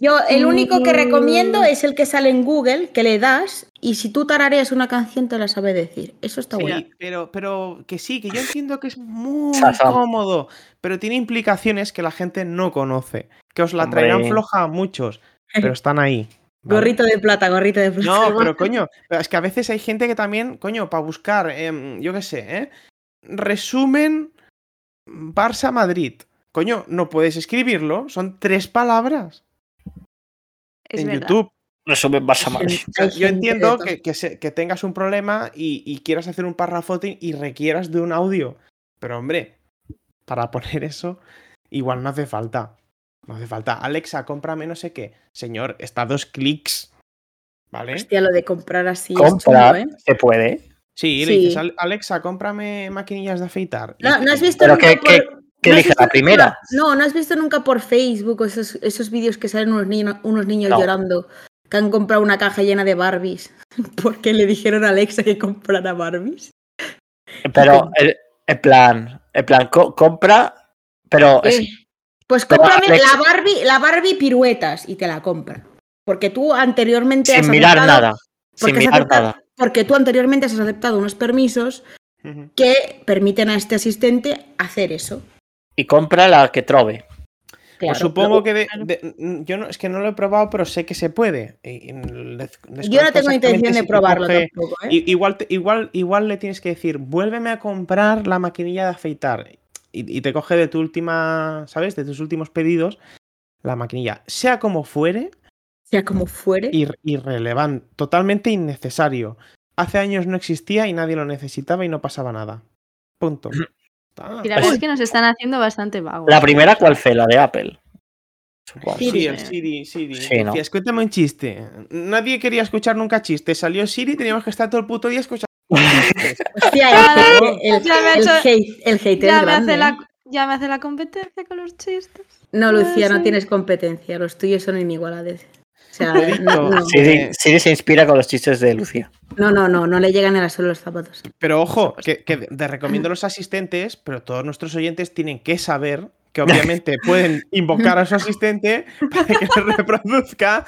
Speaker 1: Yo, el único que recomiendo
Speaker 3: Mm.
Speaker 1: es el que sale en Google, que le das, y si tú tarareas una canción te la sabe decir. Eso está
Speaker 2: Sí,
Speaker 1: bueno.
Speaker 2: pero, pero que sí, que yo entiendo que es muy
Speaker 5: Sasa.
Speaker 2: cómodo, pero tiene implicaciones que la gente no conoce, que os la
Speaker 5: Hombre.
Speaker 2: traerán floja a muchos, pero están ahí. ¿vale?
Speaker 1: Gorrito de plata, gorrito de plata.
Speaker 2: No, pero coño, es que a veces hay gente que también, coño, para buscar, em, yo qué sé, ¿eh? resumen Barça-Madrid. Coño, no puedes escribirlo, son tres palabras
Speaker 3: Es
Speaker 2: en
Speaker 3: verdad.
Speaker 2: YouTube.
Speaker 5: Resumen Barça Madrid.
Speaker 2: O sea,
Speaker 1: Hay
Speaker 2: yo
Speaker 1: gente de
Speaker 2: entiendo
Speaker 1: todo.
Speaker 2: que, ¿eh? que se- que tengas un problema y, y quieras hacer un párrafo y y requieras de un audio. Pero hombre, para poner eso, igual no hace falta. No hace falta. Alexa, cómprame no sé qué. Señor, está a dos clics. ¿Vale?
Speaker 1: Hostia, lo de comprar así. es
Speaker 5: Comprar
Speaker 1: chungo, ¿eh?
Speaker 5: se puede.
Speaker 2: Sí, le
Speaker 1: Sí.
Speaker 2: dices, "Al- Alexa, cómprame maquinillas de afeitar. Y-
Speaker 1: No, no has visto
Speaker 5: Pero
Speaker 1: nunca
Speaker 5: que- que-
Speaker 1: por-
Speaker 5: que
Speaker 1: no has
Speaker 5: elija
Speaker 1: visto
Speaker 5: la primera.
Speaker 1: nunca- no, no has visto nunca por Facebook esos, esos vídeos que salen unos, niños unos niños
Speaker 5: No.
Speaker 1: llorando que han comprado una caja llena de Barbies porque le dijeron a Alexa que comprara Barbies.
Speaker 5: Pero el, el plan, el plan, co- compra, pero es-
Speaker 1: Eh, pues
Speaker 5: Pero
Speaker 1: cómprame
Speaker 5: Alexa-
Speaker 1: la Barbie, la Barbie piruetas y te la compra. Porque tú anteriormente has
Speaker 5: sin mirar
Speaker 1: aceptado-
Speaker 5: nada. Sin
Speaker 1: porque has
Speaker 5: mirar
Speaker 1: aceptado-
Speaker 5: nada.
Speaker 1: Porque tú anteriormente has aceptado unos permisos
Speaker 2: Ujú.
Speaker 1: que permiten a este asistente hacer eso.
Speaker 5: Y compra la que trove.
Speaker 1: Claro.
Speaker 2: Pues supongo que de-
Speaker 3: claro.
Speaker 2: de- mm, yo no, es que no lo he probado, pero sé que se puede. Y- y des-
Speaker 1: Yo no
Speaker 2: desconozco
Speaker 1: tengo intención
Speaker 2: exactamente
Speaker 1: de
Speaker 2: si te
Speaker 1: probarlo
Speaker 2: coge-
Speaker 1: tampoco. ¿eh?
Speaker 2: I- Igual, te- igual, igual le tienes que decir, vuélveme a comprar la maquinilla de afeitar. Y, y te coge de tu última, ¿sabes? De tus últimos pedidos la maquinilla. Sea como fuere,
Speaker 1: sea como fuere.
Speaker 2: ir- irrelevante, totalmente innecesario. Hace años no existía y nadie lo necesitaba y no pasaba nada. Punto. Ah,
Speaker 3: Y la verdad
Speaker 5: Pues-
Speaker 3: es que nos están haciendo bastante vagos.
Speaker 5: La primera, ¿cuál fue? La de Apple. Supongo.
Speaker 2: Siri,
Speaker 3: Siri.
Speaker 2: Siri, Siri.
Speaker 5: Sí, ¿no?
Speaker 2: Decías, cuéntame un chiste. Nadie quería escuchar nunca chistes. Salió Siri, teníamos que estar todo el puto día escuchando chistes.
Speaker 1: Hostia,
Speaker 3: Ya
Speaker 1: el,
Speaker 2: me-
Speaker 1: el-
Speaker 3: ya me ha
Speaker 1: el
Speaker 3: hecho-
Speaker 1: hate, el hate es
Speaker 3: ya, me
Speaker 1: grande,
Speaker 3: hace la,
Speaker 1: ¿eh?
Speaker 3: ya me hace la competencia con los chistes.
Speaker 1: No, Lucía,
Speaker 3: no
Speaker 1: no
Speaker 3: sé.
Speaker 1: tienes competencia. Los tuyos son inigualables. O sea,
Speaker 2: Lo he dicho.
Speaker 1: no, no,
Speaker 5: Siri, Siri se inspira con los chistes de Lucía.
Speaker 1: no, no, no, no le llegan al suelo los zapatos.
Speaker 2: Pero ojo, que, que te recomiendo los asistentes, pero todos nuestros oyentes tienen que saber que obviamente pueden invocar a su asistente para que les reproduzca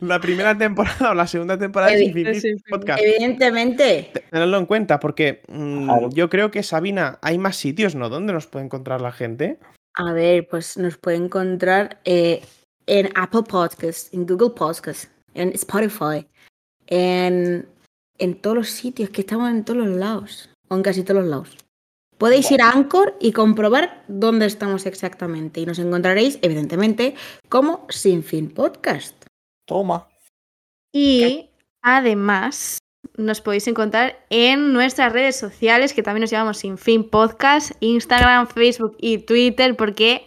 Speaker 2: la primera temporada o la segunda temporada de
Speaker 1: Evi-
Speaker 2: Sin Fin
Speaker 3: sí, sí.
Speaker 2: Podcast.
Speaker 1: Evidentemente,
Speaker 2: Tenedlo en cuenta, porque mm,
Speaker 5: Claro.
Speaker 2: yo creo que Sabina, hay más sitios, ¿no? ¿Dónde nos puede encontrar la gente?
Speaker 1: a ver, pues nos puede encontrar eh, en Apple Podcasts, en Google Podcasts, en Spotify, en, en todos los sitios, que estamos en todos los lados, o en casi todos los lados. Podéis ir a Anchor y comprobar dónde estamos exactamente. Y nos encontraréis, evidentemente, como Sin Fin Podcast.
Speaker 5: Toma.
Speaker 3: Y además nos podéis encontrar en nuestras redes sociales, que también nos llamamos Sin Fin Podcast, Instagram, Facebook y Twitter, porque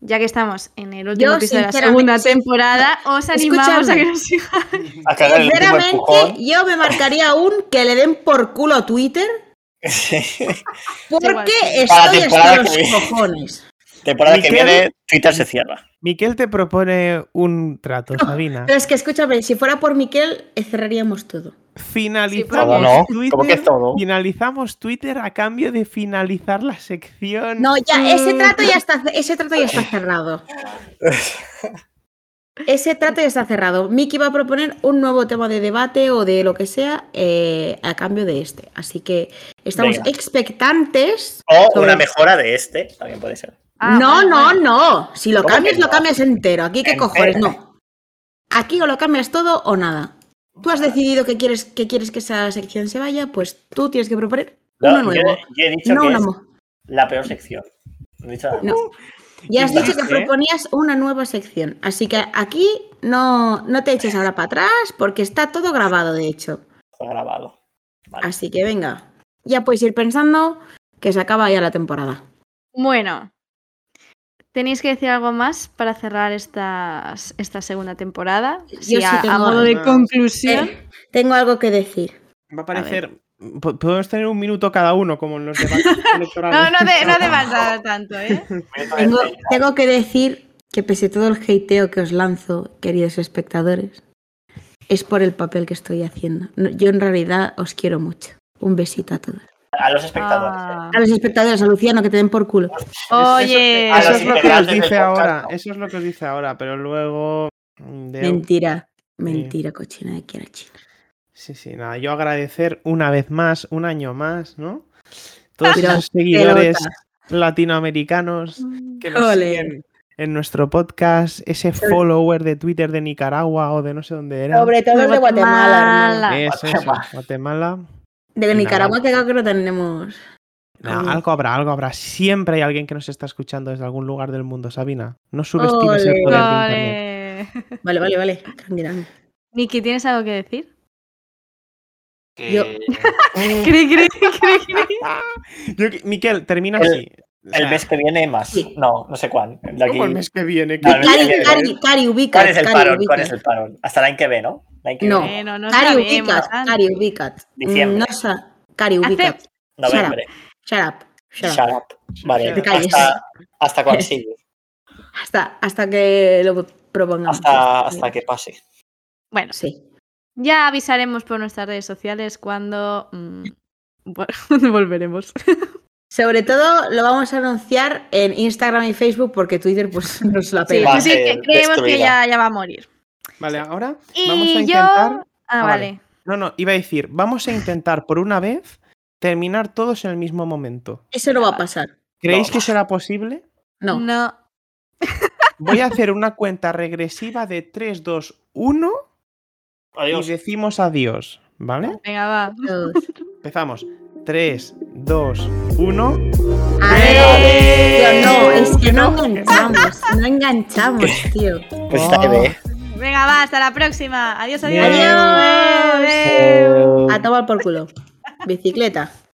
Speaker 3: ya que estamos en el último
Speaker 1: Yo,
Speaker 3: episodio de la
Speaker 1: sinceramente,
Speaker 3: segunda
Speaker 1: sí.
Speaker 3: temporada, os animamos a
Speaker 1: Escúchame.
Speaker 3: que nos sigáis.
Speaker 5: A cagar el último
Speaker 1: Sinceramente,
Speaker 5: empujón.
Speaker 1: yo me marcaría aún que le den por culo a Twitter
Speaker 3: Igual,
Speaker 1: porque
Speaker 3: sí.
Speaker 5: Para la
Speaker 1: estoy hasta
Speaker 5: temporada
Speaker 1: los
Speaker 5: que viene.
Speaker 1: cojones.
Speaker 5: Temporada que
Speaker 2: Miguel.
Speaker 5: viene, Twitter se cierra.
Speaker 2: Miquel te propone un trato, Sabina.
Speaker 1: Pero es que escúchame, si fuera por Miquel, eh, cerraríamos todo.
Speaker 5: Todo
Speaker 2: Finalizamos
Speaker 5: no. ¿Cómo que
Speaker 2: Twitter.
Speaker 5: todo?
Speaker 2: Finalizamos Twitter a cambio de finalizar la sección.
Speaker 1: No, ya,
Speaker 5: Mm.
Speaker 1: ese trato ya está, ese trato ya está cerrado. Ese trato ya está cerrado. Miki va a proponer un nuevo tema de debate o de lo que sea eh, a cambio de este. Así que estamos
Speaker 5: Venga.
Speaker 1: expectantes.
Speaker 5: O
Speaker 1: sobre-
Speaker 5: una mejora de este, también puede ser.
Speaker 3: Ah,
Speaker 1: no,
Speaker 3: bueno,
Speaker 1: no,
Speaker 3: bueno.
Speaker 1: no. Si lo
Speaker 5: ¿Cómo que
Speaker 1: cambias, lo
Speaker 5: no?
Speaker 1: cambias entero. Aquí qué
Speaker 5: Entero.
Speaker 1: cojones, no. Aquí o lo cambias todo o nada. Tú has decidido que quieres que, quieres que esa sección se vaya, pues tú tienes que proponer
Speaker 5: No,
Speaker 1: uno
Speaker 5: yo,
Speaker 1: nuevo.
Speaker 5: yo he dicho
Speaker 1: No
Speaker 5: que
Speaker 1: una
Speaker 5: es
Speaker 1: mo-
Speaker 5: la peor sección. No he dicho nada
Speaker 1: No.
Speaker 5: más.
Speaker 1: Ya has
Speaker 2: Y
Speaker 1: dicho que
Speaker 2: vas, ¿eh?
Speaker 1: proponías una nueva sección, así que aquí no, no te eches ahora para atrás porque está todo grabado, de hecho.
Speaker 5: Está grabado. Vale.
Speaker 1: Así que venga, ya puedes ir pensando que se acaba ya la temporada.
Speaker 3: Bueno, tenéis que decir algo más para cerrar estas, esta segunda temporada. Si
Speaker 1: sí
Speaker 3: a,
Speaker 1: tengo
Speaker 3: a modo de
Speaker 2: algo más.
Speaker 3: conclusión.
Speaker 1: Eh, tengo algo que decir.
Speaker 2: Va a parecer. mm, po- Podemos tener un minuto cada uno, como en los debates
Speaker 3: No,
Speaker 2: electorales.
Speaker 3: no te, no te vas a tanto, ¿eh?
Speaker 1: Tengo, tengo que decir que pese a todo el hateo que os lanzo, queridos espectadores, es por el papel que estoy haciendo. No, Yo en realidad os quiero mucho. Un besito a todos.
Speaker 5: A los espectadores.
Speaker 3: Ah.
Speaker 1: A los espectadores, a Luciano, que te den por culo.
Speaker 3: Oye,
Speaker 5: a
Speaker 2: Eso
Speaker 5: los
Speaker 2: es lo que os
Speaker 5: integrantes del
Speaker 2: dice
Speaker 5: podcast,
Speaker 2: ahora.
Speaker 5: no.
Speaker 2: Eso es lo que os dice ahora, pero luego. mm, de-
Speaker 1: Mentira, mentira, cochina de quiera china.
Speaker 2: Sí, sí, nada. Yo agradecer una vez más, un año más, ¿no? Todos
Speaker 1: Pero
Speaker 2: esos seguidores
Speaker 1: pelota.
Speaker 2: latinoamericanos
Speaker 3: Ah.
Speaker 2: que nos
Speaker 1: Ole.
Speaker 2: siguen en nuestro podcast, ese follower de Twitter de Nicaragua o de no sé dónde era.
Speaker 1: Sobre todo
Speaker 3: De
Speaker 1: el de Guatemala, hermano.
Speaker 3: Guatemala.
Speaker 2: Eso, eso,
Speaker 5: Guatemala.
Speaker 2: Guatemala.
Speaker 1: De
Speaker 2: Nada.
Speaker 1: Nicaragua que creo que no tenemos.
Speaker 2: No,
Speaker 1: Oye.
Speaker 2: algo habrá, algo habrá. Siempre hay alguien que nos está escuchando desde algún lugar del mundo, Sabina. No subestimes
Speaker 1: Ole.
Speaker 2: el poder de Internet.
Speaker 3: Vale.
Speaker 1: Vale, vale, vale. Tranquila.
Speaker 3: Niki, ¿tienes algo que decir?
Speaker 6: Que-
Speaker 1: Yo-
Speaker 3: Cri, cri, cri, cri.
Speaker 2: Yo que- Miquel, termina
Speaker 5: El-
Speaker 2: así. O sea,
Speaker 5: El mes que viene más.
Speaker 1: Sí.
Speaker 5: No, no sé cuán. De aquí-
Speaker 2: ¿Cómo el mes que viene?
Speaker 5: No, el mes que
Speaker 1: Cari,
Speaker 5: viene.
Speaker 1: Cari, Cari, ubica.
Speaker 5: ¿Cuál es el
Speaker 1: Cari,
Speaker 5: parón? ¿Cuál
Speaker 1: ubica.
Speaker 5: es el parón? Hasta el año que ve, ¿no? El año que
Speaker 1: No.
Speaker 5: ve,
Speaker 3: Bueno, no
Speaker 1: Cari,
Speaker 3: sabemos.
Speaker 1: ubicas,
Speaker 3: Santi.
Speaker 1: Cari, ubicas.
Speaker 5: Diciembre.
Speaker 1: No sa- Cari, ubicas.
Speaker 5: Noviembre.
Speaker 1: Shut up, shut up.
Speaker 5: Shut up. Vale.
Speaker 1: Te calles.
Speaker 5: Hasta, hasta cuán sigue.
Speaker 1: Hasta, hasta que lo propongamos.
Speaker 5: Hasta, hasta que pase.
Speaker 3: Bueno,
Speaker 1: Sí.
Speaker 3: ya avisaremos por nuestras redes sociales cuando mm, vol- volveremos.
Speaker 1: Sobre todo lo vamos a anunciar en Instagram y Facebook porque Twitter pues nos la
Speaker 3: Sí,
Speaker 1: pega.
Speaker 5: Va a
Speaker 3: sí, que
Speaker 5: ser
Speaker 3: creemos que
Speaker 5: destruida.
Speaker 3: ya, ya va a morir.
Speaker 2: Vale, ahora
Speaker 3: Y
Speaker 2: vamos a
Speaker 3: yo-
Speaker 2: intentar.
Speaker 3: Ah,
Speaker 2: Ah,
Speaker 3: vale.
Speaker 2: No, no, iba a decir, vamos a intentar por una vez terminar todos en el mismo momento.
Speaker 1: Eso no va a pasar.
Speaker 2: ¿Creéis
Speaker 5: No.
Speaker 2: que será posible?
Speaker 1: No.
Speaker 3: No.
Speaker 2: Voy a hacer una cuenta regresiva de 3, 2, 1 y
Speaker 4: Adiós.
Speaker 2: decimos adiós, ¿vale?
Speaker 3: Venga, va.
Speaker 1: Dios.
Speaker 2: Empezamos. 3, 2, 1.
Speaker 1: A ver, tío, no, es que no enganchamos, no enganchamos, tío.
Speaker 5: Pues hasta que ve.
Speaker 3: Venga, va, hasta la próxima. Adiós, adiós.
Speaker 1: Adiós.
Speaker 3: Adeu, adeu.
Speaker 1: A tomar por culo. Bicicleta.